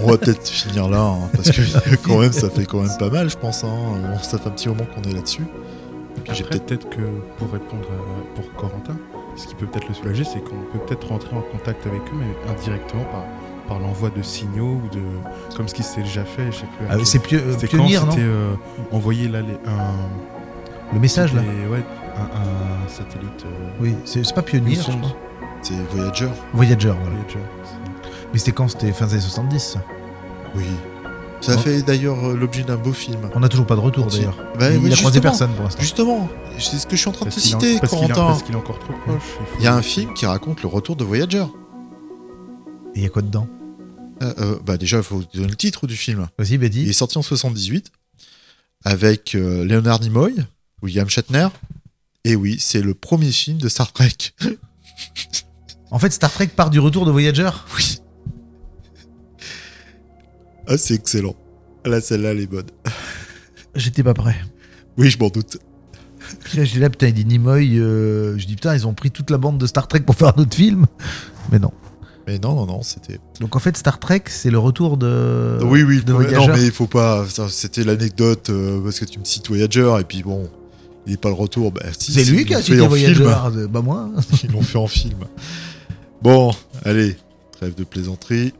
Speaker 1: On va peut-être finir là, hein, parce que quand même, ça fait quand même pas mal, je pense. hein. Bon, ça fait un petit moment qu'on est là-dessus. Et puis,
Speaker 2: Après,
Speaker 1: j'ai
Speaker 2: peut-être que pour répondre à- pour Corentin, ce qui peut peut-être le soulager, c'est qu'on peut peut-être rentrer en contact avec eux, mais indirectement par, par l'envoi de signaux ou de comme ce qui s'est déjà fait, je sais plus. à
Speaker 3: Ah,
Speaker 2: quel-
Speaker 3: c'est pieux- euh,
Speaker 2: C'était quand
Speaker 3: pionnier, non
Speaker 2: c'était euh, envoyé là les- un,
Speaker 3: Le message, là.
Speaker 2: des- ouais, un, un satellite euh,
Speaker 3: Oui, c'est c'est pas pionnier.
Speaker 2: Une sonde.
Speaker 3: je crois.
Speaker 1: C'est Voyager.
Speaker 3: Voyager, voilà.
Speaker 2: Voyager, c'est-
Speaker 3: Mais c'était quand C'était fin des années 70. ça.
Speaker 1: Oui. Ça
Speaker 3: Oh.
Speaker 1: fait d'ailleurs euh, l'objet d'un beau film.
Speaker 3: On n'a toujours pas de retour,
Speaker 1: Si.
Speaker 3: d'ailleurs.
Speaker 1: Bah,
Speaker 3: il
Speaker 1: oui,
Speaker 3: a croisé
Speaker 1: justement.
Speaker 3: personne pour l'instant.
Speaker 1: Justement, c'est ce que je suis en train de
Speaker 2: parce
Speaker 1: te
Speaker 2: qu'il est en-
Speaker 1: citer,
Speaker 2: parce qu'il est-
Speaker 1: Corentin.
Speaker 2: parce qu'il est encore trop proche. faut-
Speaker 1: Il y a un film qui raconte le retour de Voyager.
Speaker 3: Et il y a quoi dedans
Speaker 1: Euh, euh, bah déjà, il faut donner le titre du film.
Speaker 3: Vas-y,
Speaker 1: Il est
Speaker 3: Betty.
Speaker 1: sorti en 78 avec euh, Leonard Nimoy, William Shatner. Et oui, c'est le premier film de Star Trek.
Speaker 3: En fait, Star Trek part du retour de Voyager.
Speaker 1: Oui. Ah, c'est excellent. Ah, Là, celle-là, elle est bonne.
Speaker 3: J'étais pas prêt.
Speaker 1: Oui, je m'en doute.
Speaker 3: Puis là, je dis là, putain, il dit Nimoy. euh, je dis putain, ils ont pris toute la bande de Star Trek pour faire un autre film. Mais non.
Speaker 1: Mais non, non, non, c'était.
Speaker 3: Donc en fait, Star Trek, c'est le retour de.
Speaker 1: oui, oui,
Speaker 3: Euh, de
Speaker 1: non,
Speaker 3: Voyager.
Speaker 1: mais il faut pas. ça, C'était l'anecdote euh, parce que tu me cites Voyager, et puis bon, Il n'est pas le retour. Bah, si,
Speaker 3: C'est
Speaker 1: si,
Speaker 3: lui
Speaker 1: ils
Speaker 3: qui
Speaker 1: l'ont
Speaker 3: a
Speaker 1: fait
Speaker 3: cité
Speaker 1: en film.
Speaker 3: Voyager hard. Bah moi. hein.
Speaker 1: Ils l'ont fait en film. Bon, allez, trêve de plaisanterie.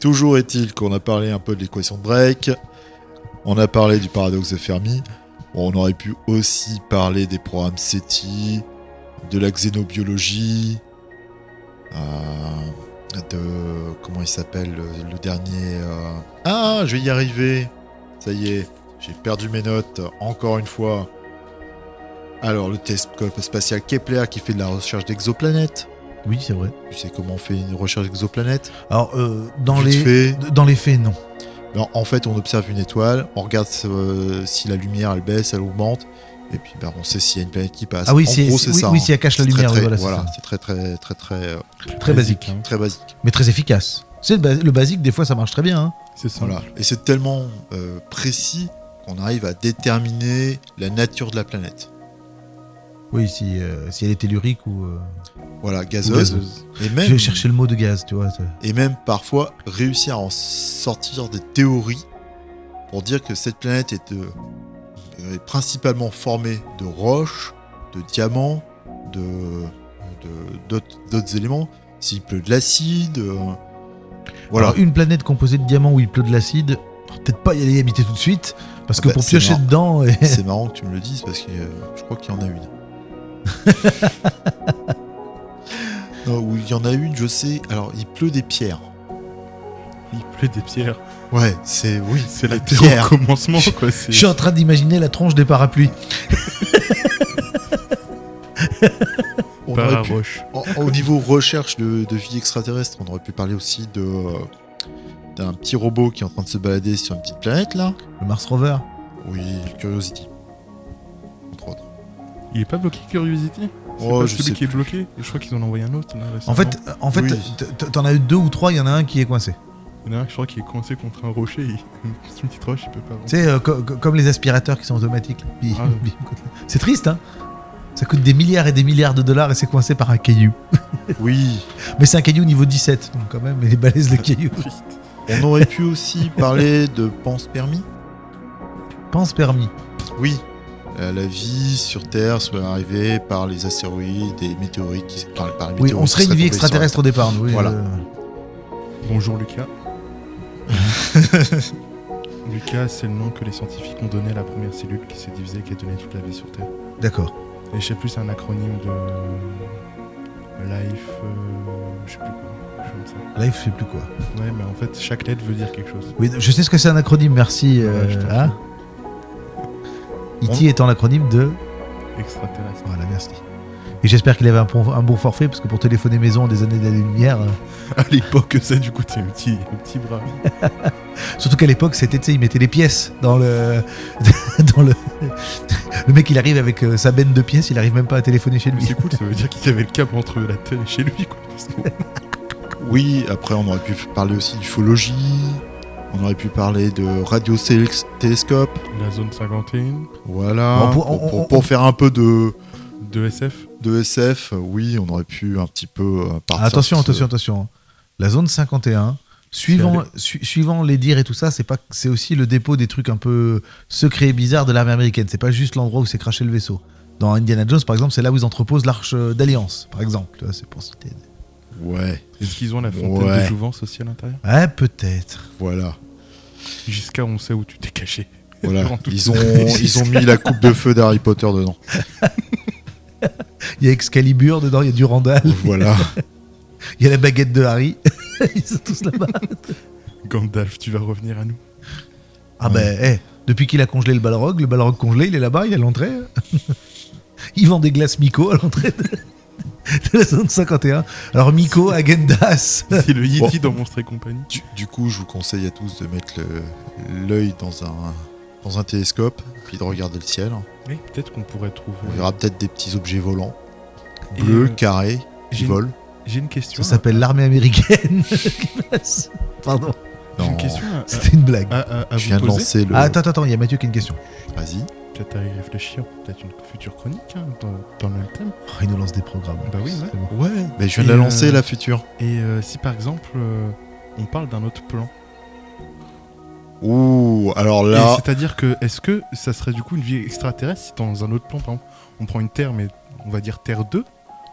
Speaker 1: Toujours est-il qu'on a parlé un peu de l'équation de Drake. On a parlé du paradoxe de Fermi. Bon, on aurait pu aussi parler des programmes SETI, de la xénobiologie, euh, de. Comment il s'appelle le, le dernier. euh, Ah, je vais y arriver. Ça y est, j'ai perdu mes notes encore une fois. Alors, le télescope spatial Kepler qui fait de la recherche d'exoplanètes.
Speaker 3: Oui, c'est vrai.
Speaker 1: Tu sais comment on fait une recherche d'exoplanètes
Speaker 3: Alors euh, dans
Speaker 1: Vite
Speaker 3: les
Speaker 1: fait.
Speaker 3: dans les faits, non.
Speaker 1: Ben, en fait, on observe une étoile, on regarde euh, si la lumière elle baisse, elle augmente, et puis ben, on sait s'il y a une planète qui passe.
Speaker 3: Ah oui,
Speaker 1: En
Speaker 3: c'est
Speaker 1: gros,
Speaker 3: oui,
Speaker 1: ça.
Speaker 3: oui,
Speaker 1: hein.
Speaker 3: si elle cache la
Speaker 1: C'est
Speaker 3: lumière,
Speaker 1: très, très,
Speaker 3: voilà,
Speaker 1: voilà,
Speaker 3: c'est ça.
Speaker 1: c'est très très très très euh,
Speaker 3: très basique,
Speaker 2: hein.
Speaker 1: très basique.
Speaker 3: mais très efficace. C'est le, ba- le basique. Des fois, ça marche très bien. hein.
Speaker 2: C'est ça.
Speaker 1: Voilà. Et c'est tellement euh, précis qu'on arrive à déterminer la nature de la planète.
Speaker 3: Oui, si euh, si elle est tellurique ou. euh,
Speaker 1: Voilà,
Speaker 3: ou
Speaker 1: gazeuse. Et
Speaker 3: Je
Speaker 1: même,
Speaker 3: vais chercher le mot de gaz, tu vois. ça.
Speaker 1: et même parfois réussir à en sortir des théories pour dire que cette planète est, euh, est principalement formée de roches, de diamants, de de- d'autres d'autres éléments, s'il pleut de l'acide. euh, voilà.
Speaker 3: Alors, une planète composée de diamants où il pleut de l'acide, faut peut-être pas y aller y habiter tout de suite, parce que
Speaker 1: Bah,
Speaker 3: pour
Speaker 1: c'est
Speaker 3: piocher
Speaker 1: marrant.
Speaker 3: dedans, et-
Speaker 1: C'est marrant que tu me le dises parce que euh, je crois qu'il y en a une. non, oui, il y en a une, je sais. Alors, il pleut des pierres.
Speaker 2: Il pleut des pierres.
Speaker 1: Ouais, c'est oui,
Speaker 2: C'est la
Speaker 1: des
Speaker 2: pierre au commencement, quoi. c'est-
Speaker 3: je suis en train d'imaginer la tronche des parapluies.
Speaker 1: On
Speaker 2: Par
Speaker 1: aurait
Speaker 2: la
Speaker 1: pu-
Speaker 2: roche.
Speaker 1: En- au niveau recherche de, de vie extraterrestre, on aurait pu parler aussi de euh, d'un petit robot qui est en train de se balader sur une petite planète là.
Speaker 3: Le Mars Rover.
Speaker 1: Oui, Curiosity. Entre autres.
Speaker 2: Il est pas bloqué Curiosity C'est
Speaker 1: Oh,
Speaker 2: pas
Speaker 1: je
Speaker 2: celui
Speaker 1: sais
Speaker 2: qui est bloqué Je crois qu'ils en ont envoyé un autre. là,
Speaker 3: En
Speaker 2: récemment.
Speaker 3: fait, en fait,
Speaker 1: Oui.
Speaker 3: t- t- t'en as eu deux ou trois, il y en a un qui est coincé.
Speaker 2: il y en a un, je crois, qui est coincé contre un rocher. il- C'est une petite roche, il peut pas.
Speaker 3: Tu sais, euh, co- co- comme les aspirateurs qui sont automatiques. là. Bim,
Speaker 2: Ah ouais.
Speaker 3: bim, quoi. C'est triste, hein Ça coûte des milliards et des milliards de dollars et c'est coincé par un caillou.
Speaker 1: Oui.
Speaker 3: Mais c'est un caillou niveau 17, donc quand même, il balaise le caillou.
Speaker 1: On aurait pu aussi parler de Pense Permis.
Speaker 3: Pense permis.
Speaker 1: Oui. Euh, la vie sur Terre soit arrivée par les astéroïdes et météorites qui par, par les
Speaker 3: Oui,
Speaker 1: météorites
Speaker 3: on serait
Speaker 1: qui
Speaker 3: une vie
Speaker 1: tombées sur la
Speaker 3: extraterrestre au départ, nous. oui,
Speaker 1: Voilà.
Speaker 3: euh,
Speaker 2: Bonjour Lucas. Lucas, c'est le nom que les scientifiques ont donné à la première cellule qui s'est divisée et qui a donné toute la vie sur Terre.
Speaker 3: D'accord.
Speaker 2: Et je sais plus, c'est un acronyme de Life, euh, je sais plus quoi. je sais pas.
Speaker 3: Là, il fait plus quoi.
Speaker 2: Ouais, mais en fait, chaque lettre veut dire quelque chose.
Speaker 3: Oui, je sais ce que c'est un acronyme, merci. euh,
Speaker 2: je t'en prie.
Speaker 3: hein. E E.T. étant l'acronyme de.
Speaker 2: Extraterrestre.
Speaker 3: Voilà, merci. Et j'espère qu'il avait un bon, un bon forfait, parce que pour téléphoner maison des années d'années-lumière, euh,
Speaker 2: À l'époque, ça, du coup, t'es un petit, un petit bras.
Speaker 3: surtout qu'à l'époque, c'était, tu sais, il mettait les pièces dans le. dans le. Le mec, il arrive avec euh, sa benne de pièces, il arrive même pas à téléphoner chez
Speaker 2: Mais
Speaker 3: lui.
Speaker 2: c'est cool, ça veut dire qu'il avait le câble entre la tête et chez lui, quoi. parce que-
Speaker 1: Terre. Oui, après on aurait pu parler aussi d'ufologie. On aurait pu parler de radio-télescope.
Speaker 2: La zone 51
Speaker 1: Voilà.
Speaker 3: On pour-
Speaker 1: Pour,
Speaker 3: on-
Speaker 1: pour-
Speaker 3: on-
Speaker 1: pour faire un peu de,
Speaker 2: de SF.
Speaker 1: de SF, oui, on aurait pu un petit peu euh, partir.
Speaker 3: attention,
Speaker 1: sur ce-
Speaker 3: attention, attention. La zone 51, suivant,
Speaker 2: allé.
Speaker 3: su- suivant les dires et tout ça, c'est pas, c'est aussi le dépôt des trucs un peu secrets et bizarres de l'armée américaine. C'est pas juste l'endroit où s'est craché le vaisseau. Dans Indiana Jones, par exemple, c'est là où ils entreposent l'arche euh, d'alliance, par exemple. Tu vois, C'est pour citer.
Speaker 1: Ouais,
Speaker 2: Est-ce qu'ils ont la fontaine
Speaker 1: Ouais.
Speaker 2: de Jouvence aussi à l'intérieur
Speaker 3: Ouais, peut-être.
Speaker 1: voilà.
Speaker 2: Jusqu'à on sait où tu t'es caché.
Speaker 1: voilà.
Speaker 2: Durant toute-
Speaker 1: Ils, ont, ils ont mis la coupe de feu d'Harry Potter dedans.
Speaker 3: Il y a Excalibur dedans, il y a Durandal,
Speaker 1: Voilà.
Speaker 3: il y a la baguette de Harry. ils sont tous là-bas.
Speaker 2: Gandalf, tu vas revenir à nous.
Speaker 3: Ah
Speaker 1: Ouais.
Speaker 3: ben, eh, depuis qu'il a congelé le Balrog, le Balrog congelé, il est là-bas, il est à l'entrée. il vend des glaces Miko à l'entrée de, de la zone 51. Alors Miko, Agendas.
Speaker 2: C'est le Yeti dans Monstre et compagnie.
Speaker 1: Du, du coup, je vous conseille à tous de mettre le- l'œil dans un, dans un télescope, puis de regarder le ciel. hein.
Speaker 2: Oui, peut-être qu'on pourrait trouver.
Speaker 1: On verra peut-être des petits objets volants,
Speaker 2: Et,
Speaker 1: bleus,
Speaker 2: euh,
Speaker 1: carrés, qui
Speaker 2: j'ai-
Speaker 1: volent.
Speaker 2: J'ai une question.
Speaker 3: Ça s'appelle l'armée américaine. qui passe. Pardon,
Speaker 2: hein. J'ai
Speaker 1: Non,
Speaker 2: une question à,
Speaker 3: c'était une blague.
Speaker 2: à- à- à
Speaker 1: je viens de
Speaker 2: vous poser.
Speaker 1: lancer le.
Speaker 3: Ah, attends, attends, attends, il y a Mathieu qui a une question.
Speaker 1: Vas-y.
Speaker 2: Peut-être à y réfléchir, peut-être une future chronique hein, dans, dans le même thème.
Speaker 3: Oh, il nous lance des programmes.
Speaker 2: Bah oui, ouais.
Speaker 3: C'est bon.
Speaker 1: Ouais, mais je viens
Speaker 2: Et
Speaker 1: de la
Speaker 2: euh,
Speaker 1: lancer, la future.
Speaker 2: Et euh, si par exemple, euh, on parle d'un autre plan
Speaker 1: Ouh, alors
Speaker 2: Et
Speaker 1: là,
Speaker 2: C'est-à-dire que, est-ce que ça serait du coup une vie extraterrestre si dans un autre plan, par exemple, on prend une Terre, mais on va dire Terre 2,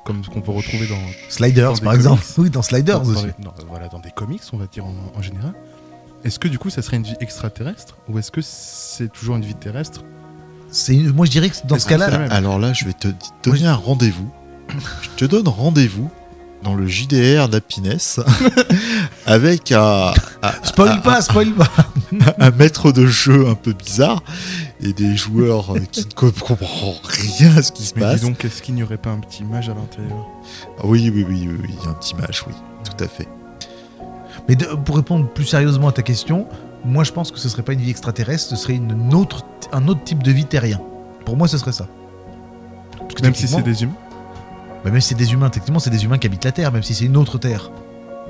Speaker 2: comme ce qu'on peut retrouver dans. Dans
Speaker 3: Sliders,
Speaker 2: des
Speaker 3: par exemple.
Speaker 2: comics.
Speaker 3: Oui, dans Sliders
Speaker 2: dans- dans
Speaker 3: aussi.
Speaker 2: les- non, voilà, dans des comics, on va dire en, en général. Est-ce que du coup, ça serait une vie extraterrestre ou est-ce que c'est toujours une vie terrestre
Speaker 3: C'est une- Moi, je dirais que dans
Speaker 2: Mais
Speaker 3: ce
Speaker 2: c'est
Speaker 3: cas-là,
Speaker 2: ça,
Speaker 3: là,
Speaker 2: ouais.
Speaker 1: Ah, alors là, je vais te di- donner un rendez-vous. Je te donne rendez-vous dans le JDR d'Happiness avec un, un- un-
Speaker 2: Ah,
Speaker 3: spoil pas, spoil pas.
Speaker 1: un maître de jeu un peu bizarre et des joueurs euh, qui ne comp- comprennent rien à ce qui se
Speaker 3: Bah,
Speaker 2: Mais dis
Speaker 1: passe.
Speaker 2: donc, est-ce qu'il n'y aurait pas un petit mage à l'intérieur
Speaker 1: Oui, oui, oui, oui, oui, il y a un petit match, oui, tout à fait.
Speaker 3: Mais de- pour répondre plus sérieusement à ta question, moi, je pense que ce serait pas une vie extraterrestre, ce serait une autre, un autre type de vie terrien. Pour moi, ce serait ça. Parce que
Speaker 2: Même si
Speaker 3: techniquement-
Speaker 2: c'est des humains
Speaker 3: Bah, même si c'est des humains, techniquement, c'est des humains qui habitent la Terre, même si c'est une autre Terre.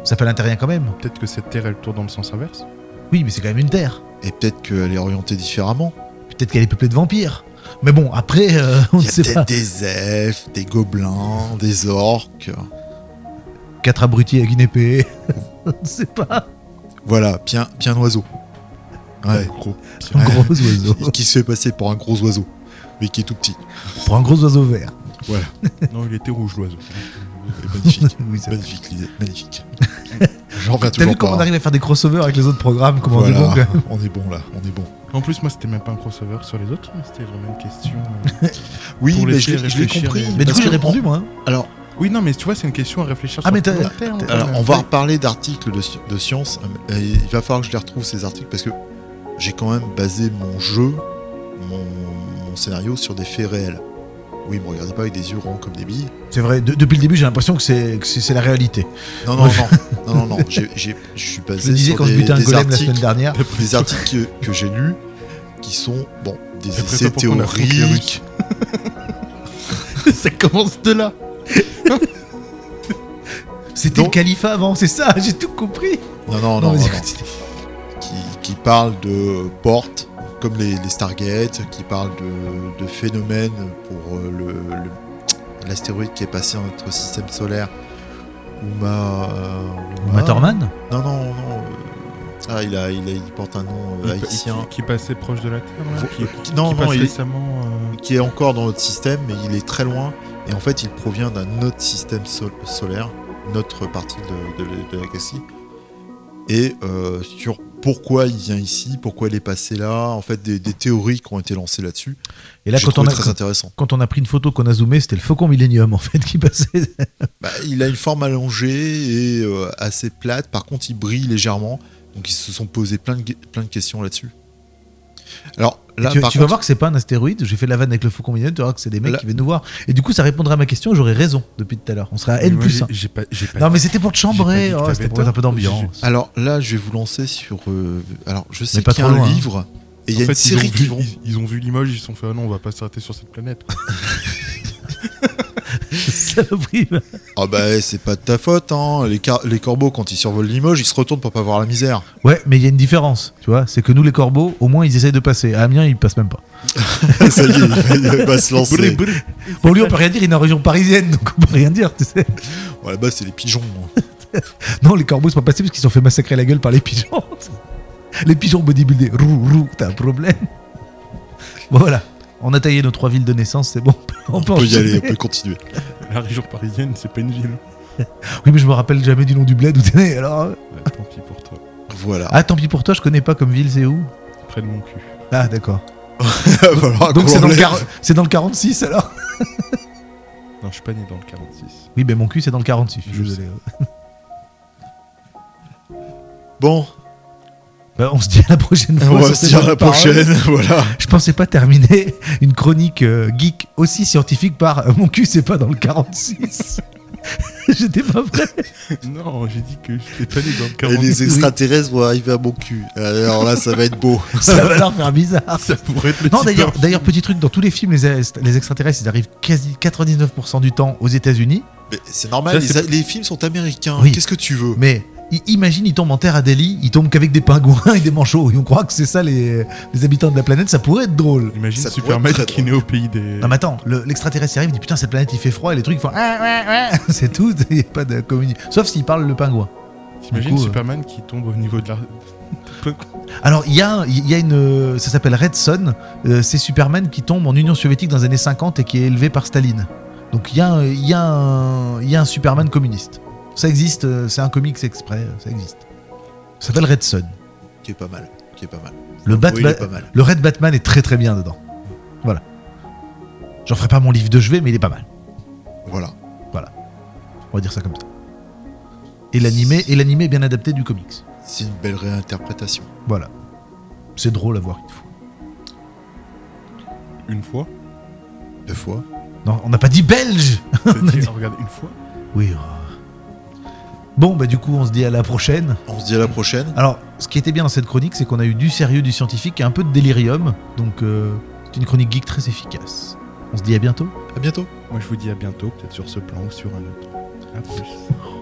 Speaker 3: Ça s'appelle un terrien quand même.
Speaker 2: Peut-être que cette Terre, elle tourne dans le sens inverse
Speaker 3: Oui, mais c'est quand même une Terre.
Speaker 1: Et peut-être qu'elle est orientée différemment.
Speaker 3: Peut-être qu'elle est peuplée de vampires. Mais bon, après, euh, on
Speaker 1: Il
Speaker 3: ne
Speaker 1: y a
Speaker 3: sait pas.
Speaker 1: peut-être des elfes, des gobelins, des orques.
Speaker 3: Quatre abrutis avec une épée. on ne sait pas.
Speaker 1: Voilà, bien, bien oiseau. Ouais,
Speaker 2: En gros.
Speaker 3: Un gros oiseau.
Speaker 1: Et qui se fait passer pour un gros oiseau, mais qui est tout petit.
Speaker 3: Pour un gros oiseau vert.
Speaker 2: non, il était rouge l'oiseau.
Speaker 1: Et Magnifique,
Speaker 3: Oui, c'est vrai.
Speaker 1: magnifique l'idée, magnifique. J'en reviens
Speaker 3: T'as
Speaker 1: toujours
Speaker 3: vu comment
Speaker 1: pas. hein.
Speaker 3: on arrive à faire des crossovers avec les autres programmes Comment
Speaker 1: Voilà,
Speaker 3: on est bon, quoi.
Speaker 1: on est bon là, on est bon.
Speaker 2: En plus, moi, c'était même pas un crossover sur les autres, mais c'était vraiment une question. euh,
Speaker 1: Oui,
Speaker 2: Pour
Speaker 1: mais
Speaker 2: laisser
Speaker 1: je l'ai- je l'ai
Speaker 2: réfléchir
Speaker 1: compris.
Speaker 2: les-
Speaker 3: Mais du
Speaker 1: parce
Speaker 3: coup, j'ai
Speaker 1: que-
Speaker 3: répondu, moi. hein.
Speaker 1: Alors,
Speaker 2: Oui, non, mais tu vois, c'est une question à réfléchir
Speaker 3: Ah,
Speaker 2: sur
Speaker 3: mais
Speaker 2: le
Speaker 3: t'as-
Speaker 2: long terme.
Speaker 3: t'as-
Speaker 2: quoi.
Speaker 1: Alors, on va reparler d'articles de, de science. euh, et il va falloir que je les retrouve, ces articles, parce que j'ai quand même basé mon jeu, mon, mon scénario, sur des faits réels. Oui, me regardez pas avec des yeux ronds comme des billes.
Speaker 3: C'est vrai, de- depuis le début, j'ai l'impression que c'est que c'est- c'est la réalité.
Speaker 1: Non, non, non, non, non, non. j'ai- j'ai- Je suis basé
Speaker 3: Je le disais
Speaker 1: sur
Speaker 3: quand je
Speaker 1: des,
Speaker 3: butais un
Speaker 1: des
Speaker 3: golem la
Speaker 1: articles,
Speaker 3: semaine dernière.
Speaker 1: des articles que, que j'ai lus qui sont, bon, des
Speaker 2: Après,
Speaker 1: essais
Speaker 2: toi, pourquoi on a affronté les
Speaker 1: théoriques.
Speaker 2: Ça commence de là.
Speaker 3: C'était le
Speaker 1: Donc-
Speaker 3: califat avant, c'est ça, j'ai tout compris.
Speaker 1: Non, non, non, non,
Speaker 3: vas-y,
Speaker 1: non.
Speaker 3: continue.
Speaker 1: Qui, qui parlent de portes, comme les, les Stargate, qui parlent de, de phénomènes pour euh, le- le l'astéroïde qui est passé dans notre système solaire. Uma. Ah.
Speaker 3: Ou Matterman
Speaker 1: Non, non, non. euh, Ah, il, a, il, a- il porte un nom euh,
Speaker 3: Bah,
Speaker 2: Il-
Speaker 3: hein.
Speaker 1: haïtien.
Speaker 2: Qui, qui passait proche de la Terre, là,
Speaker 1: Faut-
Speaker 2: qui,
Speaker 1: qui- non,
Speaker 2: qui
Speaker 1: non,
Speaker 2: passe
Speaker 1: il est-
Speaker 2: récemment. euh,
Speaker 1: Qui est encore dans notre système, mais il est très loin. Et en fait, il provient d'un autre système sol- solaire, notre partie de, de la- de la galaxie. Et euh, sur pourquoi il vient ici, pourquoi il est passé là, en fait, des, des théories qui ont été lancées là-dessus.
Speaker 3: Et là,
Speaker 1: J'ai
Speaker 3: quand on,
Speaker 1: trouvé
Speaker 3: a,
Speaker 1: très intéressant.
Speaker 3: quand on a pris une photo qu'on a zoomé, c'était le faucon Millennium en fait qui passait.
Speaker 1: Bah, il a une forme allongée et euh, assez plate. Par contre, il brille légèrement. Donc, ils se sont posés plein de, plein de questions là-dessus. Alors, là,
Speaker 3: tu
Speaker 1: par
Speaker 3: tu vas
Speaker 1: contre,
Speaker 3: voir que c'est pas un astéroïde, j'ai fait la vanne avec le faucon Millennium, tu vas voir que c'est des mecs
Speaker 1: Là-
Speaker 3: qui viennent nous voir. Et du coup, ça répondra à ma question, j'aurais raison depuis tout à l'heure. On serait à
Speaker 2: mais
Speaker 3: N
Speaker 2: moi,
Speaker 3: plus
Speaker 2: j'ai-
Speaker 3: 1.
Speaker 2: J'ai pas. j'ai pas
Speaker 3: Non,
Speaker 2: dit-
Speaker 3: mais c'était pour te
Speaker 2: j'ai
Speaker 3: chambrer,
Speaker 2: pas dit que
Speaker 3: oh,
Speaker 2: t'avais
Speaker 3: c'était pour mettre
Speaker 2: tort.
Speaker 3: un peu d'ambiance.
Speaker 1: alors là, je vais vous lancer sur. euh, alors, je sais
Speaker 3: Mais pas
Speaker 1: qu'il y a
Speaker 3: trop
Speaker 1: un
Speaker 3: loin, hein.
Speaker 1: livre et il y
Speaker 2: En
Speaker 1: a une
Speaker 2: fait, ils ont
Speaker 1: série qui
Speaker 2: vu-
Speaker 1: vont.
Speaker 2: Ils, ils ont vu Limoges, ils se sont fait ah non, on va pas s'arrêter sur cette planète. quoi.
Speaker 3: Saloperie.
Speaker 1: Ah, bah, c'est pas de ta faute, hein. Les, car- les corbeaux, quand ils survolent Limoges, ils se retournent pour pas voir la misère.
Speaker 3: Ouais, mais il y a une différence, tu vois, c'est que nous les corbeaux, au moins ils essayent de passer. À Amiens, ils passent même pas.
Speaker 1: Ça y est, il va, il va se lancer.
Speaker 3: Bon, lui, on peut rien dire, il est en région parisienne, donc on peut rien dire, tu sais.
Speaker 1: Bon, là-bas, c'est les pigeons. hein.
Speaker 3: Non, les corbeaux sont pas passés parce qu'ils se sont fait massacrer la gueule par les pigeons. les pigeons bodybuildés. Roux, roux, t'as un problème. Bon, voilà. On a taillé nos trois villes de naissance, c'est bon.
Speaker 1: On peut y
Speaker 3: enchaîner.
Speaker 1: aller, on peut continuer.
Speaker 2: La région parisienne, c'est pas une ville.
Speaker 3: Oui, mais je me rappelle jamais du nom du bled où t'es né, alors. euh.
Speaker 2: Ouais, tant pis pour toi.
Speaker 1: Voilà.
Speaker 3: Ah, tant pis pour toi, je connais pas comme ville, c'est où
Speaker 2: Près de mon cul.
Speaker 3: Ah, d'accord.
Speaker 1: Voilà,
Speaker 3: Ah, Donc c'est dans, le
Speaker 1: Colombey.
Speaker 3: quar- c'est dans le 46, alors
Speaker 2: Non, je suis pas né dans le 46.
Speaker 3: Oui, mais mon cul, c'est dans le 46. Je suis
Speaker 2: Je
Speaker 3: désolé.
Speaker 1: Bon,
Speaker 3: Bah, on se dit à la prochaine fois.
Speaker 1: on va
Speaker 3: sur
Speaker 1: se
Speaker 3: ces
Speaker 1: dire à
Speaker 3: bonnes
Speaker 1: la
Speaker 3: paroles.
Speaker 1: prochaine. Voilà.
Speaker 3: Je pensais pas terminer une chronique euh, geek aussi scientifique par euh, mon cul, c'est pas dans le 46. J'étais pas prêt.
Speaker 2: non, j'ai dit que j'étais pas né dans le
Speaker 1: Et
Speaker 2: 46.
Speaker 1: les extraterrestres vont arriver à mon cul. Alors là, ça va être beau.
Speaker 3: Ça va leur faire bizarre.
Speaker 2: Ça pourrait être le
Speaker 3: Non,
Speaker 2: titre
Speaker 3: d'ailleurs,
Speaker 2: d'un
Speaker 3: d'ailleurs, petit truc, dans tous les films, les, est- les extraterrestres, ils arrivent quasi 99% du temps aux États-Unis.
Speaker 1: Mais c'est normal,
Speaker 2: Ça,
Speaker 1: les,
Speaker 2: c'est-
Speaker 1: les films sont américains.
Speaker 3: Oui.
Speaker 1: Qu'est-ce que tu veux
Speaker 3: Mais i- imagine, ils tombent en terre à Delhi, ils tombent qu'avec des pingouins et des manchots. Et on croit que c'est ça, les, les habitants de la planète, ça pourrait être drôle.
Speaker 2: film. Imagine
Speaker 1: Ça pourrait
Speaker 2: Superman
Speaker 1: être très
Speaker 2: qui est né au pays des.
Speaker 3: Non, mais attends, le- l'extraterrestre arrive, il dit putain, cette planète, il fait froid, et les trucs ils font Ah, ouais, ouais c'est tout, il n'y a pas de communication. Sauf s'il parle le pingouin.
Speaker 2: T'imagines
Speaker 3: Du coup, euh,
Speaker 2: Superman qui tombe au niveau de la.
Speaker 3: Alors, il y a, il y a une. euh, Ça s'appelle Red Son. euh, c'est Superman qui tombe en Union soviétique dans les années 50 et qui est élevé par Staline. Donc, il y, a un- il y, a un- il y a un Superman communiste. Ça existe, euh, c'est un comics exprès, euh, ça existe. Ça s'appelle Red Son.
Speaker 1: Qui est pas mal. Qui est pas mal.
Speaker 3: Le,
Speaker 1: Oui, il
Speaker 3: Batman,
Speaker 1: est pas mal.
Speaker 3: le Red Batman est très très bien dedans. Voilà. J'en ferai pas mon livre de chevet, mais il est pas mal.
Speaker 1: Voilà.
Speaker 3: On va dire ça comme ça. Et l'animé et l'animé est bien adapté du comics.
Speaker 1: C'est une belle réinterprétation.
Speaker 3: Voilà. C'est drôle à voir, il faut.
Speaker 2: Une fois.
Speaker 1: Deux fois.
Speaker 3: Non, on n'a pas dit belge
Speaker 2: C'est-à-dire, regarde, une fois.
Speaker 3: Oui. oh. Bon, bah du coup, on se dit à la prochaine.
Speaker 1: On se dit à la prochaine.
Speaker 3: Alors, ce qui était bien dans cette chronique, c'est qu'on a eu du sérieux, du scientifique et un peu de délirium. Donc, euh, c'est une chronique geek très efficace. On se dit à bientôt.
Speaker 1: À bientôt.
Speaker 2: Moi, je vous dis à bientôt, peut-être sur ce plan ou sur un autre. À plus.